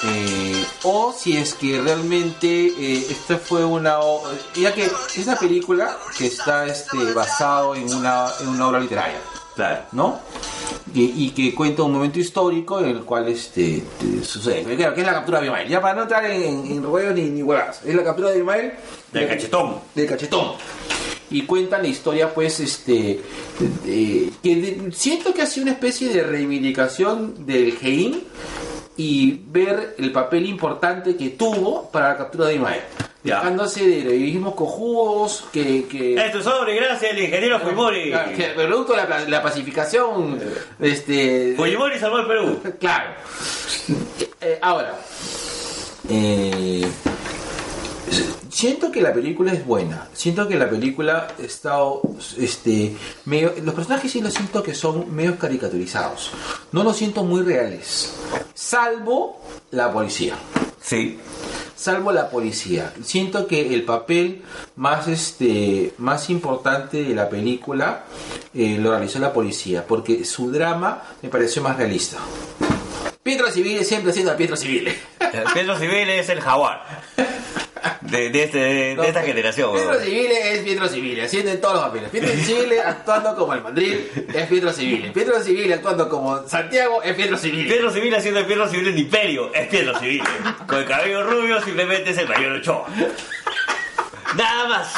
Speaker 2: Eh, o si es que realmente eh, esta fue una o- ya que es una película que está este basado en una en una obra literaria.
Speaker 3: Claro.
Speaker 2: ¿no? Y, y que cuenta un momento histórico en el cual este, te- sucede. Pero claro, que es la captura de Ismael. Ya para no entrar en, en, en rollo ni, ni huevadas. Es la captura de Ismael.
Speaker 3: Del cachetón.
Speaker 2: Del cachetón. y cuentan la historia, pues, este, eh, que de- siento que ha sido una especie de reivindicación del Gein y ver el papel importante que tuvo para la captura de Imae.
Speaker 3: Ya. Eh,
Speaker 2: Dejándose de heroísmos cojudos que... que
Speaker 3: Esto es sobre, gracias al ingeniero Fujimori.
Speaker 2: Claro, que producto de la, pla- la pacificación, este...
Speaker 3: Fujimori salvó el Perú.
Speaker 2: Claro. Eh, ahora, eh, siento que la película es buena. Siento que la película está, este, medio- los personajes sí los siento que son medio caricaturizados. No los siento muy reales, salvo la policía
Speaker 3: Sí.
Speaker 2: salvo la policía. Siento que el papel más este más importante de la película eh, lo realizó la policía, porque su drama me pareció más realista. Pietro Civil siempre siendo Pietro Civil.
Speaker 3: Pedro Civil es el jaguar. De, de este- de esta generación.
Speaker 2: Pietro
Speaker 3: weón.
Speaker 2: Civil es Pietro Civil, haciendo en todos los papeles. Pietro Civil actuando como el Madrid es Pietro Civil. Pietro Civil actuando como Santiago es Pietro Civil.
Speaker 3: Pedro Civil haciendo el Pedro Civil del Imperio. Es Pedro Civil. eh. Con el cabello rubio simplemente es el mayor Ochoa. Nada más.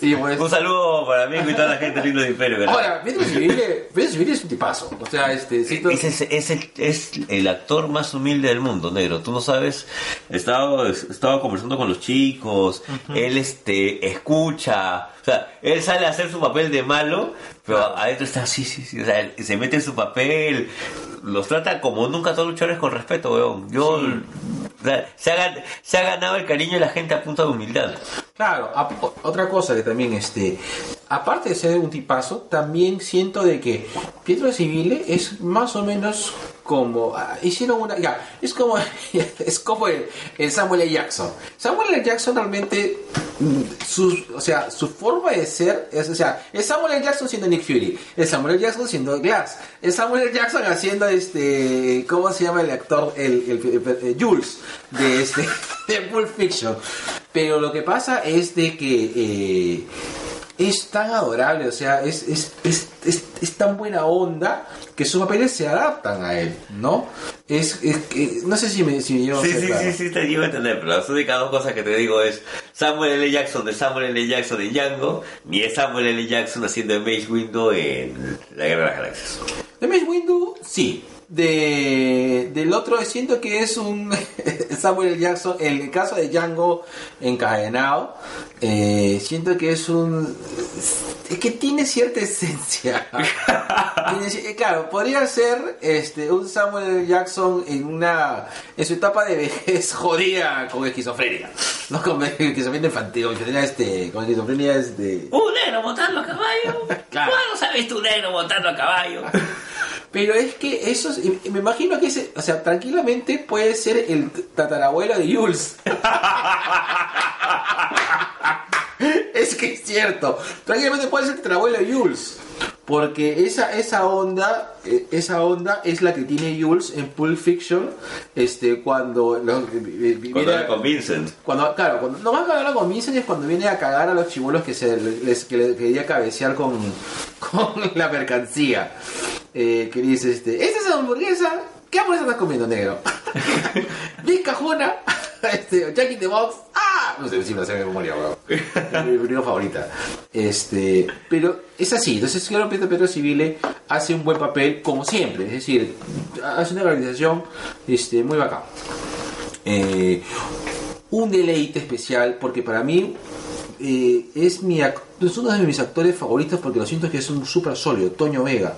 Speaker 2: Sí, pues.
Speaker 3: Un saludo para mí y toda la gente linda del Imperio. ¿verdad?
Speaker 2: Ahora, Pietro Civil, Pietro Civil es un tipazo. O sea, este, siento...
Speaker 3: Es, ese- es el, es el actor más humilde del mundo, negro. Tú no sabes. Estaba, estaba conversando con los chicos. Él este, escucha. O sea, él sale a hacer su papel de malo, pero adentro está así, sí, sí. O sea, él se mete en su papel. Los trata como nunca a todos los luchadores con respeto, weón. Yo. o sea, se, ha, gan- se ha ganado el cariño de la gente a punta de humildad.
Speaker 2: Claro, ap- o- otra cosa que también, este, aparte de ser un tipazo, también siento de que Pietro Civile es más o menos como, ah, hicieron una, ya, es como, es como el, el Samuel L. Jackson. Samuel L. Jackson realmente, mm, su, o sea, su forma de ser, es, o sea, es Samuel L. Jackson siendo Nick Fury, es Samuel L. Jackson siendo Glass, es Samuel L. Jackson haciendo este, ¿cómo se llama el actor? El, el- el- el- Jules, de este, de Pulp Fiction. Pero lo que pasa es de que eh, es tan adorable, o sea, es, es, es, es- es tan buena onda que sus papeles se adaptan a él, ¿no? Es, es que- no sé si me, si me llevo a
Speaker 3: Sí,
Speaker 2: ser
Speaker 3: sí,
Speaker 2: claro.
Speaker 3: sí, sí, te llevo a entender, pero las únicas dos cosas que te digo es Samuel L. Jackson de Samuel L. Jackson en Django, ni es Samuel L. Jackson haciendo el Mace Window en La Guerra de las Galaxias.
Speaker 2: De Mace Windu, sí. De, del otro siento que es un Samuel L. Jackson, en el caso de Django encadenado, eh, siento que es un... Es que tiene cierta esencia. Tiene ci- eh, claro, podría ser este, un Samuel L. Jackson en una en su etapa de vejez jodida con esquizofrenia. No con esquizofrenia infantil, con esquizofrenia, este, con esquizofrenia este,
Speaker 3: ¡Un negro montando a caballo!
Speaker 2: Claro.
Speaker 3: ¿Cuándo sabes tú un negro montando a caballo?
Speaker 2: Pero es que eso, es- y me imagino que ese, o sea, tranquilamente puede ser el tatarabuelo de Jules. es que es cierto, tranquilamente puede ser el tatarabuelo de Jules. Porque esa, esa onda, eh, esa onda es la que tiene Jules en Pulp Fiction, este, cuando lo- vi- vi-
Speaker 3: Cuando
Speaker 2: viene-
Speaker 3: era con Vincent.
Speaker 2: cuando, claro, cuando no más cagar con Vincent es cuando viene a cagar a los chibolos que se les que le quería cabecear con, con la mercancía. Eh, que dice este, esta es la hamburguesa, ¿qué hamburguesa estás comiendo, negro? Big cajona, este, Jack in the Box, ¡ah! No sé, sí me la sé de memoria, weón. Es Mi película favorita. Este, pero es así, entonces creo que Pedro Civile hace un buen papel, como siempre, es decir, hace una realización este, muy bacán. Eh, un deleite especial porque para mí eh, es, mi ac- es uno de mis actores favoritos porque lo siento que es un súper sólido, Toño Vega.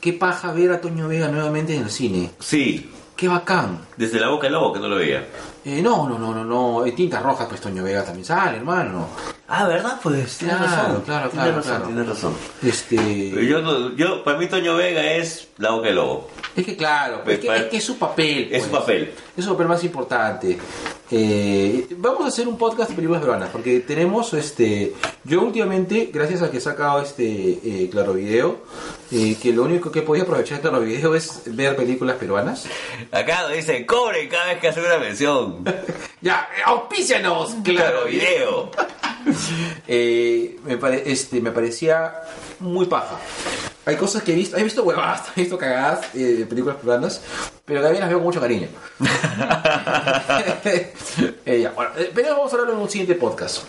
Speaker 2: Qué paja ver a Toño Vega nuevamente en el cine.
Speaker 3: Sí,
Speaker 2: Qué bacán.
Speaker 3: desde la boca del lobo que no lo veía.
Speaker 2: Eh, no, no, no, no, no. En Tintas Rojas pues Toño Vega también sale, hermano.
Speaker 3: Ah, ¿verdad? Pues tienes
Speaker 2: Claro,
Speaker 3: razón.
Speaker 2: claro,
Speaker 3: tienes
Speaker 2: claro,
Speaker 3: razón,
Speaker 2: claro.
Speaker 3: tienes razón. Pero
Speaker 2: Este...
Speaker 3: Yo, no- yo, para mí Toño Vega es la boca del lobo.
Speaker 2: Es que claro,
Speaker 3: Me
Speaker 2: es que,
Speaker 3: pare-
Speaker 2: es que es su papel. pues.
Speaker 3: Es su papel.
Speaker 2: Es su papel más importante. Eh, vamos a hacer un podcast de películas peruanas, porque tenemos este. Yo últimamente, gracias a que he sacado este eh, Claro Video, eh, que lo único que podía aprovechar de Claro Video es ver películas peruanas.
Speaker 3: Acá dice, cobre cada vez que hace una mención.
Speaker 2: Ya, eh, auspícianos, Claro Video.
Speaker 3: video.
Speaker 2: Eh, me, pare- este, me parecía muy paja. Hay cosas que he visto, he visto huevadas, he visto cagadas eh, de películas peruanas, pero también las veo con mucho cariño. Eh, ya, bueno, eh, pero vamos a hablar en un siguiente podcast.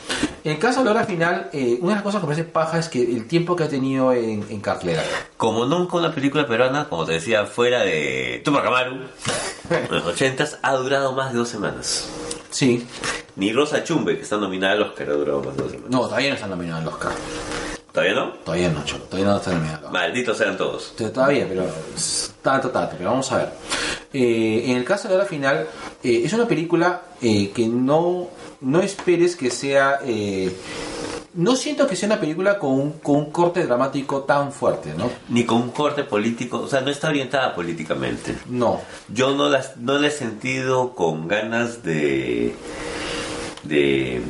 Speaker 2: En caso de la hora final, eh, una de las cosas que me parece paja es que el tiempo que ha tenido en, en cartelera.
Speaker 3: Como nunca una película peruana, como te decía, fuera de Tupac Amaru, en los 80 ha durado más de dos semanas.
Speaker 2: Sí.
Speaker 3: Ni Rosa Chumbe, que está nominada al Oscar, ha durado más de dos semanas.
Speaker 2: No, todavía no están nominados al Oscar.
Speaker 3: ¿Todavía no?
Speaker 2: Todavía no, Cholo. Todavía no están nominados al Oscar.
Speaker 3: Malditos sean todos.
Speaker 2: T- Todavía, pero tanto, tanto, pero vamos a ver. Eh, en el caso de la hora final, eh, es una película eh, que no, no esperes que sea... eh, no siento que sea una película con un, con un corte dramático tan fuerte, ¿no?
Speaker 3: Ni con un corte político, o sea, no está orientada políticamente.
Speaker 2: No.
Speaker 3: Yo no las no la he sentido con ganas de. de.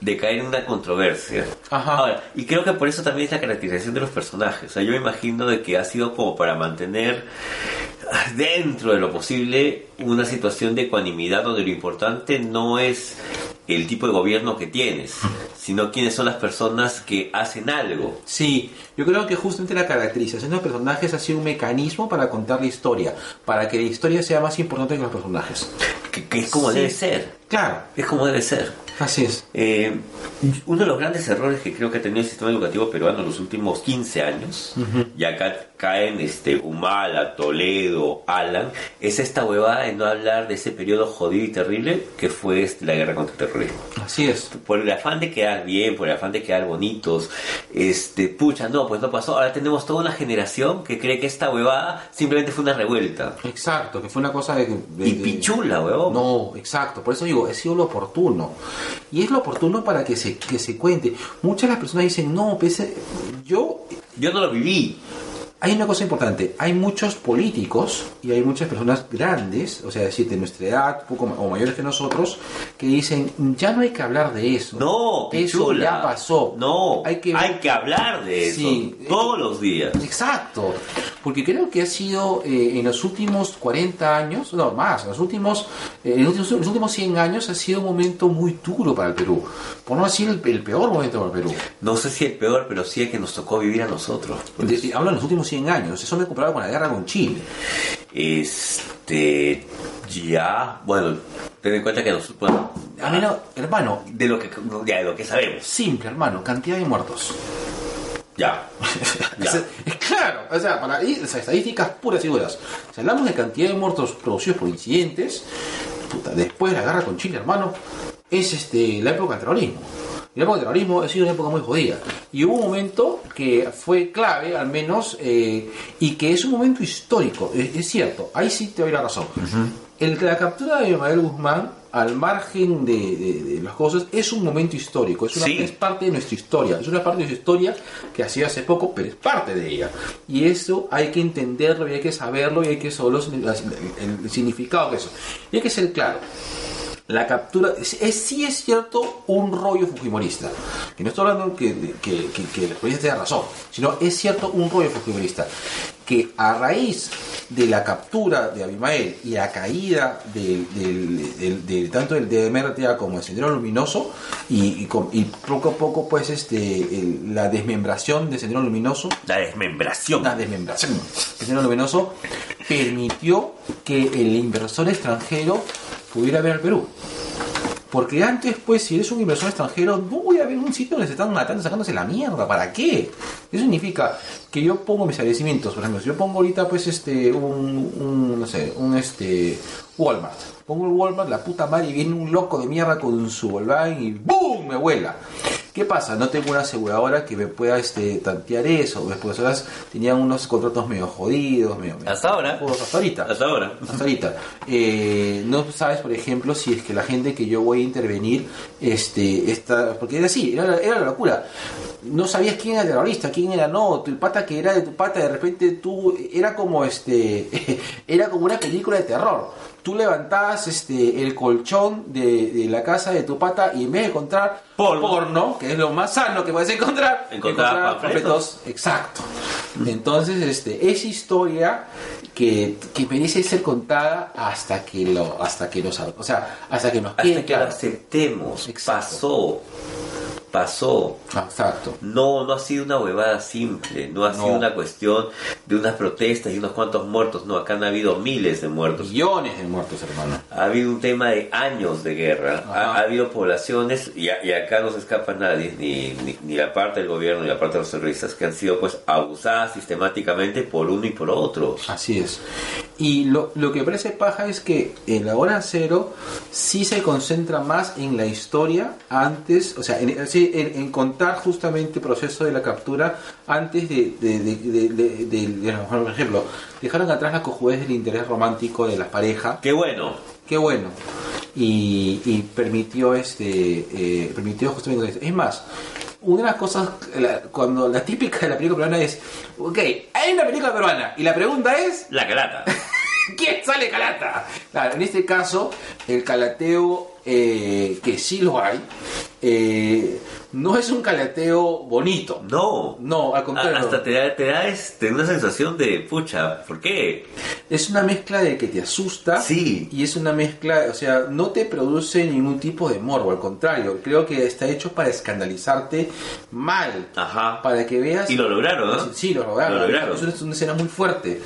Speaker 3: de caer en una controversia.
Speaker 2: Ajá.
Speaker 3: Ahora, y creo que por eso también es la caracterización de los personajes. O sea, yo me imagino de que ha sido como para mantener dentro de lo posible una situación de ecuanimidad donde lo importante no es el tipo de gobierno que tienes, sino quiénes son las personas que hacen algo.
Speaker 2: Sí, yo creo que justamente la caracterización de los personajes ha sido un mecanismo para contar la historia, para que la historia sea más importante que los personajes.
Speaker 3: Que, que es como
Speaker 2: Sí.
Speaker 3: debe ser.
Speaker 2: Claro,
Speaker 3: Es como debe ser.
Speaker 2: así es.
Speaker 3: Eh, uno de los grandes errores que creo que ha tenido el sistema educativo peruano en los últimos 15 años, y acá caen este, Humala, Toledo, Alan, es esta huevada de no hablar de ese periodo jodido y terrible que fue este, la guerra contra el terrorismo.
Speaker 2: Así es.
Speaker 3: Por el afán de quedar bien, por el afán de quedar bonitos, este, pucha, no, pues no pasó. Ahora tenemos toda una generación que cree que esta huevada simplemente fue una revuelta.
Speaker 2: Exacto, que fue una cosa de... de-
Speaker 3: Y
Speaker 2: de-
Speaker 3: pichula, huevón.
Speaker 2: No, exacto. Por eso digo, ha sido lo oportuno. Y es lo oportuno para que se, que se cuente. Muchas de las personas dicen, no, pese, yo...
Speaker 3: Yo no lo viví.
Speaker 2: Hay una cosa importante, hay muchos políticos y hay muchas personas grandes, o sea, decir, de nuestra edad poco ma- o mayores que nosotros, que dicen, ya no hay que hablar de eso.
Speaker 3: No,
Speaker 2: eso
Speaker 3: pichula.
Speaker 2: ya pasó.
Speaker 3: No, hay que,
Speaker 2: ver-
Speaker 3: hablar de eso
Speaker 2: Sí. eh,
Speaker 3: todos los días.
Speaker 2: Exacto, porque creo que ha sido eh, en los últimos 40 años, no más, en los últimos, eh, en los últimos, en los últimos 100 años ha sido un momento muy duro para el Perú, por no decir el, el peor momento para el Perú.
Speaker 3: No sé si el peor, pero sí es que nos tocó vivir a nosotros. pues.
Speaker 2: De- de- hablo de los últimos 100 años, eso me he comparado con la guerra con Chile.
Speaker 3: Este, ya, bueno, ten en cuenta que nos, bueno,
Speaker 2: A mí no, hermano,
Speaker 3: de lo que, ya, de lo que sabemos,
Speaker 2: simple, hermano, cantidad de muertos.
Speaker 3: ya, ya.
Speaker 2: Es- es claro, o sea, para ahí, las estadísticas puras y duras. Si hablamos de cantidad de muertos producidos por incidentes, puta, después de la guerra con Chile, hermano, es este, la época del terrorismo. Y La época del terrorismo ha sido una época muy jodida. Y hubo un momento que fue clave, al menos, eh, y que es un momento histórico. Es, es cierto, ahí sí te doy la razón. El- la captura de Manuel Guzmán, al margen de, de- de las cosas, es un momento histórico. Es, una,
Speaker 3: Sí.
Speaker 2: es parte de nuestra historia. Es una parte de nuestra historia que hacía hace poco, pero es parte de ella. Y eso hay que entenderlo y hay que saberlo y hay que saber los- las- el, el significado de eso. Y hay que ser claro. La captura, es, es- sí es cierto un rollo fujimorista. Y no estoy hablando que, que, que, que la experiencia tenga razón, sino es cierto un rollo fujimorista. Que a raíz de la captura de Abimael y la caída del, del- del- del- tanto del de Mertea como el Sendero Luminoso, y, y con- y poco a poco, pues, este, el- la desmembración de Sendero Luminoso,
Speaker 3: La desmembración.
Speaker 2: la desmembración del Sendero Luminoso, permitió que el inversor extranjero pudiera ver al Perú. Porque antes, pues, si eres un inversor extranjero, no voy a ver un sitio donde se están matando, sacándose la mierda. ¿Para qué? Eso significa que yo pongo mis establecimientos. Por ejemplo, si yo pongo ahorita, pues, este, un, un, no sé, un, este, Walmart. Pongo el Walmart, la puta madre, y viene un loco de mierda con su Volkswagen y ¡boom! Me vuela. ¿Qué pasa? No tengo una aseguradora que me pueda, este, tantear eso. Mis profesoras tenían unos contratos medio jodidos, medio... medio
Speaker 3: Hasta ahora.
Speaker 2: jodos. Hasta ahorita.
Speaker 3: Hasta ahora.
Speaker 2: Hasta ahorita. Eh, no sabes, por ejemplo, si es que la gente que yo voy a intervenir, este, está, porque era así, era, la- era la locura. No sabías quién era el terrorista, quién era no, tu pata que era de tu pata, de repente tú, era como este, era como una película de terror. Tú levantabas este, el colchón de, de la casa de tu pata y en vez de encontrar
Speaker 3: Porno.
Speaker 2: que es lo más sano que puedes encontrar,
Speaker 3: Encontrabas
Speaker 2: encontrabas
Speaker 3: panfletos.
Speaker 2: Exacto. Entonces, este, es historia que, que merece ser contada hasta que lo, hasta que lo sab- o sea, hasta que nos
Speaker 3: Hasta
Speaker 2: quede
Speaker 3: que lo
Speaker 2: claro.
Speaker 3: aceptemos,
Speaker 2: Exacto.
Speaker 3: pasó. pasó.
Speaker 2: Exacto.
Speaker 3: No, no ha sido una huevada simple, no ha
Speaker 2: No.
Speaker 3: sido una cuestión de unas protestas y unos cuantos muertos, no, acá han habido miles de muertos.
Speaker 2: Millones de muertos, hermano.
Speaker 3: Ha habido un tema de años de guerra, ha,
Speaker 2: Ajá.
Speaker 3: ha habido poblaciones y, a- y acá no se escapa nadie, ni, ni, ni la parte del gobierno ni la parte de los terroristas, que han sido pues abusadas sistemáticamente por uno y por otro.
Speaker 2: Así es. Y lo, lo que parece paja es que en la hora cero sí se concentra más en la historia antes, o sea, en, sí, en- en contar justamente el proceso de la captura antes de, de, de, de- de- de- de- por ejemplo, dejaron atrás la cojudez del interés romántico de las parejas.
Speaker 3: Qué bueno,
Speaker 2: Qué bueno. Y, y permitió este eh, permitió justamente eso. Es más, una de las cosas, la- cuando la típica de la película peruana es, ok, hay una película peruana y la pregunta es...
Speaker 3: la calata.
Speaker 2: ¿Quién sale calata? Claro, en este caso, el calateo eh, que sí lo hay, eh, no es un calateo bonito.
Speaker 3: No.
Speaker 2: No, al contrario.
Speaker 3: A- Ah, Hasta te da, te da este, una sensación de, pucha, ¿por qué?
Speaker 2: Es una mezcla de que te asusta
Speaker 3: Sí.
Speaker 2: y es una mezcla, o sea, no te produce ningún tipo de morbo, al contrario, creo que está hecho para escandalizarte mal,
Speaker 3: Ajá.
Speaker 2: para que veas...
Speaker 3: Ah. Y lo lograron, ¿no?
Speaker 2: Sí, lo lograron.
Speaker 3: Lo lograron.
Speaker 2: Es una, es una escena muy fuerte.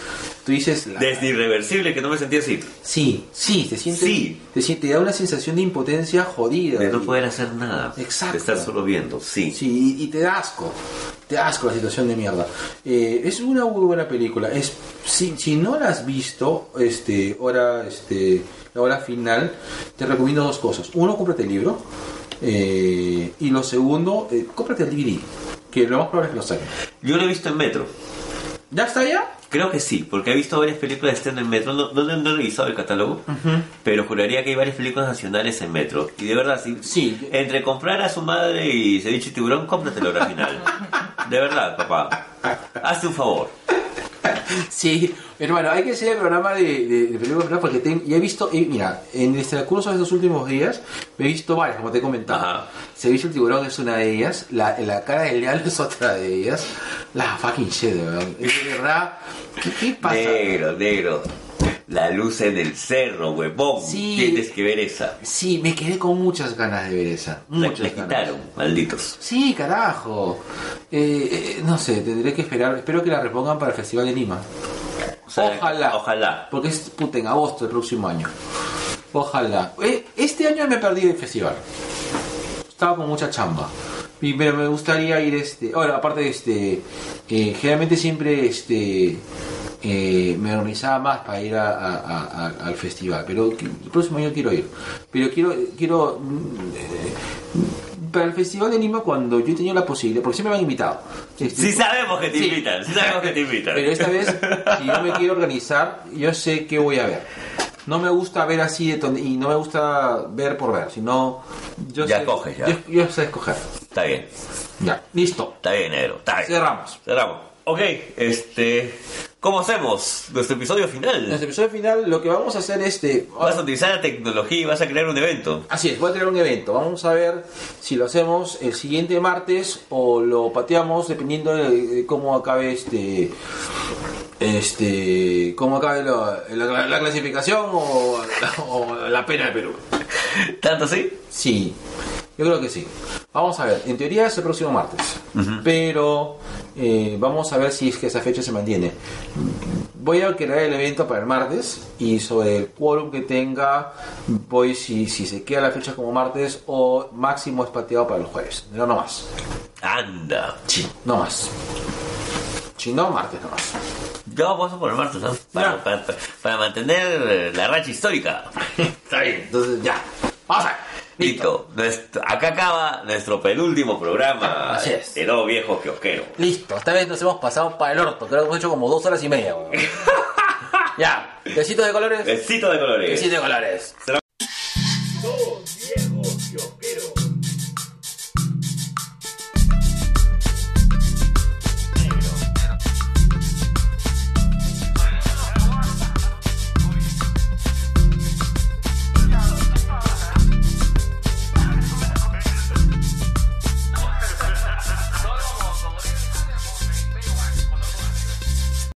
Speaker 2: Tú dices... la-
Speaker 3: Desde irreversible que no me sentía así.
Speaker 2: Sí, sí, te sientes...
Speaker 3: Sí.
Speaker 2: Te, sien- te da una sensación de impotencia jodida.
Speaker 3: De no
Speaker 2: Y-
Speaker 3: poder hacer nada.
Speaker 2: Exacto.
Speaker 3: De estar solo viendo, sí.
Speaker 2: Sí, y, y te da asco. Te da asco la situación de mierda. Eh, es una muy buena película. Es, si, si no la has visto, este, hora, este, la hora final, te recomiendo dos cosas. Uno, cómprate el libro. eh, y lo segundo, eh, cómprate el DVD. Que lo más probable es que lo saquen.
Speaker 3: Yo lo he visto en metro.
Speaker 2: ¿Ya está ya?
Speaker 3: Creo que sí, porque he visto varias películas de estreno en metro. No, no, no he revisado el catálogo, pero juraría que hay varias películas nacionales en metro. Y de verdad, sí.
Speaker 2: Sí.
Speaker 3: Entre comprar a su madre y ceviche y tiburón, cómpratelo ahora al final. De verdad, papá. Hazte un favor.
Speaker 2: Sí, hermano, hay que seguir el programa de, de, de películas peruanas porque ten- ya he visto, eh, mira, en este curso de estos últimos días me he visto varias, como te he comentado.
Speaker 3: Ajá.
Speaker 2: Se Ceviche el tiburón es una de ellas, la, la cara del diablo es otra de ellas. La fucking shit, weón. Es de verdad, ¿qué, qué pasa?
Speaker 3: Negro, negro. La luz en el cerro, huevón.
Speaker 2: Sí.
Speaker 3: Tienes que ver esa.
Speaker 2: Sí, me quedé con muchas ganas de ver esa.
Speaker 3: La,
Speaker 2: Muchas
Speaker 3: la
Speaker 2: ganas.
Speaker 3: quitaron, malditos.
Speaker 2: Sí, carajo. Eh, eh, no sé, tendré que esperar. Espero que la repongan para el Festival de Lima.
Speaker 3: O sea,
Speaker 2: Ojalá.
Speaker 3: Ojalá.
Speaker 2: Porque es puta, en agosto del próximo año. Ojalá. Eh, Este año me perdí del festival. Estaba con mucha chamba. Y- Pero me gustaría ir este. Ahora, aparte de este. eh, generalmente siempre este. eh, me organizaba más para ir a- a- a- a- al festival. Pero que- el próximo año quiero ir. Pero quiero. quiero mm, eh, para el Festival de Lima, cuando yo he tenido la posibilidad, porque siempre me han invitado. Este,
Speaker 3: Sí sabemos que te
Speaker 2: Sí.
Speaker 3: invitan, sí sabemos que te invitan.
Speaker 2: pero esta vez, si yo me quiero organizar, yo sé qué voy a ver. No me gusta ver así de ton- y no me gusta ver por ver, sino yo
Speaker 3: Ya
Speaker 2: sé,
Speaker 3: coges, ya.
Speaker 2: Yo, yo sé escoger.
Speaker 3: Está bien,
Speaker 2: Ya, listo.
Speaker 3: está bien, negro. Está bien.
Speaker 2: Cerramos.
Speaker 3: Cerramos. Ok, este. ¿Cómo hacemos nuestro episodio final?
Speaker 2: En este episodio final lo que vamos a hacer es este
Speaker 3: Vas a utilizar la tecnología y vas a crear un evento.
Speaker 2: Así es, voy a tener un evento. Vamos a ver si lo hacemos el siguiente martes o lo pateamos dependiendo de, de cómo acabe este. Este. cómo acabe la, la- la clasificación o, o la pena de Perú.
Speaker 3: ¿Tanto así?
Speaker 2: Sí, yo creo que sí. Vamos a ver, en teoría es el próximo martes, pero eh, vamos a ver si es que esa fecha se mantiene. Voy a crear el evento para el martes y sobre el quórum que tenga, voy si, si se queda la fecha como martes o máximo es pateado para el jueves. No, no más.
Speaker 3: Anda.
Speaker 2: Sí, no más. Si no, martes no más.
Speaker 3: Yo vamos a poner martes, ¿no? Para,
Speaker 2: Ya.
Speaker 3: para- para- para mantener eh, la racha histórica.
Speaker 2: Está bien, entonces ya. Vamos a ver.
Speaker 3: Listo. Nuestro- acá acaba nuestro penúltimo programa.
Speaker 2: Así es.
Speaker 3: De los viejos kiosqueros.
Speaker 2: Listo, esta vez nos hemos pasado para el orto, creo que hemos hecho como dos horas y media. weón. ya, besitos de colores.
Speaker 3: Besito de colores.
Speaker 2: Besitos de colores.
Speaker 3: Será-